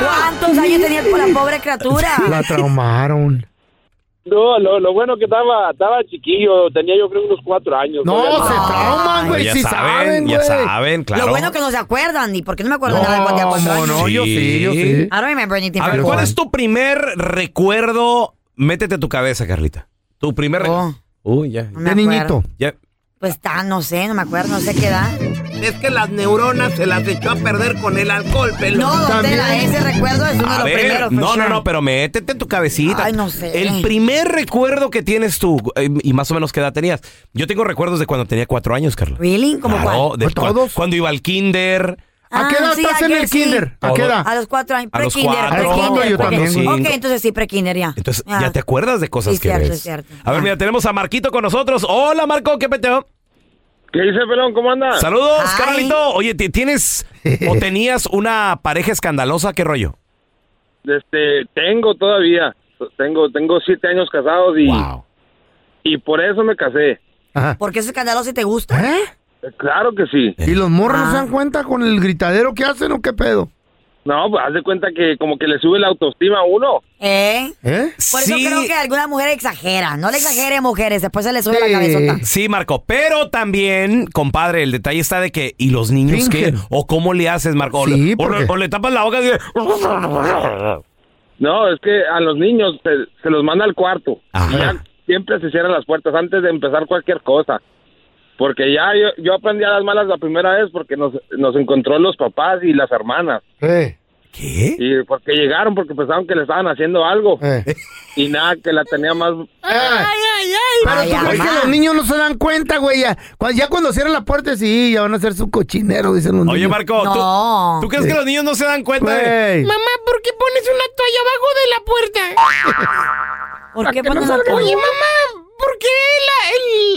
¿Cuántos años tenía la pobre criatura? Ah. La traumaron. No, lo, lo bueno que estaba estaba chiquillo, tenía yo creo unos cuatro años. Ah, No, Todavía se trauman, güey, Ya sí saben, saben, ya güey. saben, claro. Lo bueno que no se acuerdan, ¿y por qué no me acuerdo de nada cuando tenía cuatro años? no, yo sí, yo sí. I don't remember anything A from ver, four. ¿cuál es tu primer recuerdo? Métete a tu cabeza, Carlita. Tu primer recuerdo. Uy, ya. Oh. me De niñito. acuerdo. Ya. Pues tan, no sé, no me acuerdo, no sé qué edad. Es que las neuronas se las echó a perder con el alcohol, pelo. No, don Tela, ese recuerdo es uno de A los ver, primeros. for no, no, sure. no, pero métete en tu cabecita. Ay, no sé. El primer recuerdo que tienes tú, eh, y más o menos qué edad tenías. Yo tengo recuerdos de cuando tenía cuatro años, Carlos. ¿Really? ¿Cómo cuál? de cua- Cuando iba al kinder. ¿A qué edad estás en aquel el kinder? ¿A Todo. qué edad? A los cuatro años. A los Pre-kinder, cuatro, pre-kinder, yo pre-kinder. también, güey. Ok, entonces sí, pre-kinder ya. Entonces, Ah. ya te acuerdas de cosas Sí, que cierto, ves. es cierto. A ver, mira, tenemos a Marquito con nosotros. Hola, Marco, ¿qué peteo? ¿Qué dice, pelón? ¿Cómo anda? Saludos, Carlito. Oye, ¿ti- ¿tienes o tenías una pareja escandalosa? ¿Qué rollo? Este, tengo todavía. Tengo, tengo siete años casados y. Y por eso me casé. Ah. ¿Por qué es escandaloso si te gusta? Claro que sí. ¿Y los morros ¿Eh? no se Ah. dan cuenta con el gritadero que hacen o qué pedo? No, pues haz de cuenta que como que le sube la autoestima a uno. ¿Eh? ¿Eh? Por eso creo que alguna mujer exagera. No le exagere, mujeres. Después se le sube la cabezota. Sí, Marco, pero también, compadre, el detalle está de que, ¿y los niños qué? ¿O cómo le haces, Marco? O, Sí, le, o le- porque- o le tapas la boca y... No, es que a los niños se, se los manda al cuarto. Y ya siempre se cierran las puertas antes de empezar cualquier cosa. Porque ya yo, yo aprendí a las malas la primera vez porque nos, nos encontró los papás y las hermanas. Eh. ¿Eh? ¿Qué? Y porque llegaron porque pensaban que le estaban haciendo algo. Y nada, que la tenía más... Pero Ay, tú crees mamá. que los niños no se dan cuenta, güey. Ya, Cu- ya cuando cierran la puerta, sí, ya van a ser su cochinero, dicen los Oye, niños. Marco, ¿tú- ¿tú, crees que los niños no se dan cuenta? de- Güey. Mamá, ¿por qué pones una toalla abajo de la puerta? ¿Por qué pones una toalla? Oye, mamá, ¿por qué la-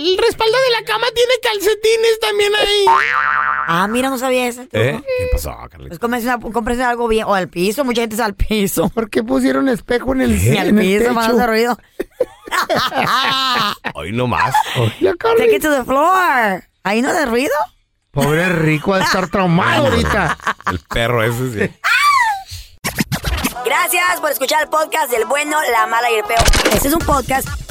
el, el respaldo de la cama tiene calcetines también ahí? Ah, mira, no sabía eso. ¿Eh? ¿Qué pasó, Carlita? Pues cómprese una- cómprese algo bien. O al piso, mucha gente es al piso. ¿Por qué pusieron espejo en el, Y al en el piso para no hacer techo? ruido. Hoy no más. Take it to the floor. Ahí no de ruido. Pobre rico, ha de estar traumado ahorita. El perro ese sí. Gracias por escuchar el podcast del bueno, la mala y el peor. Este es un podcast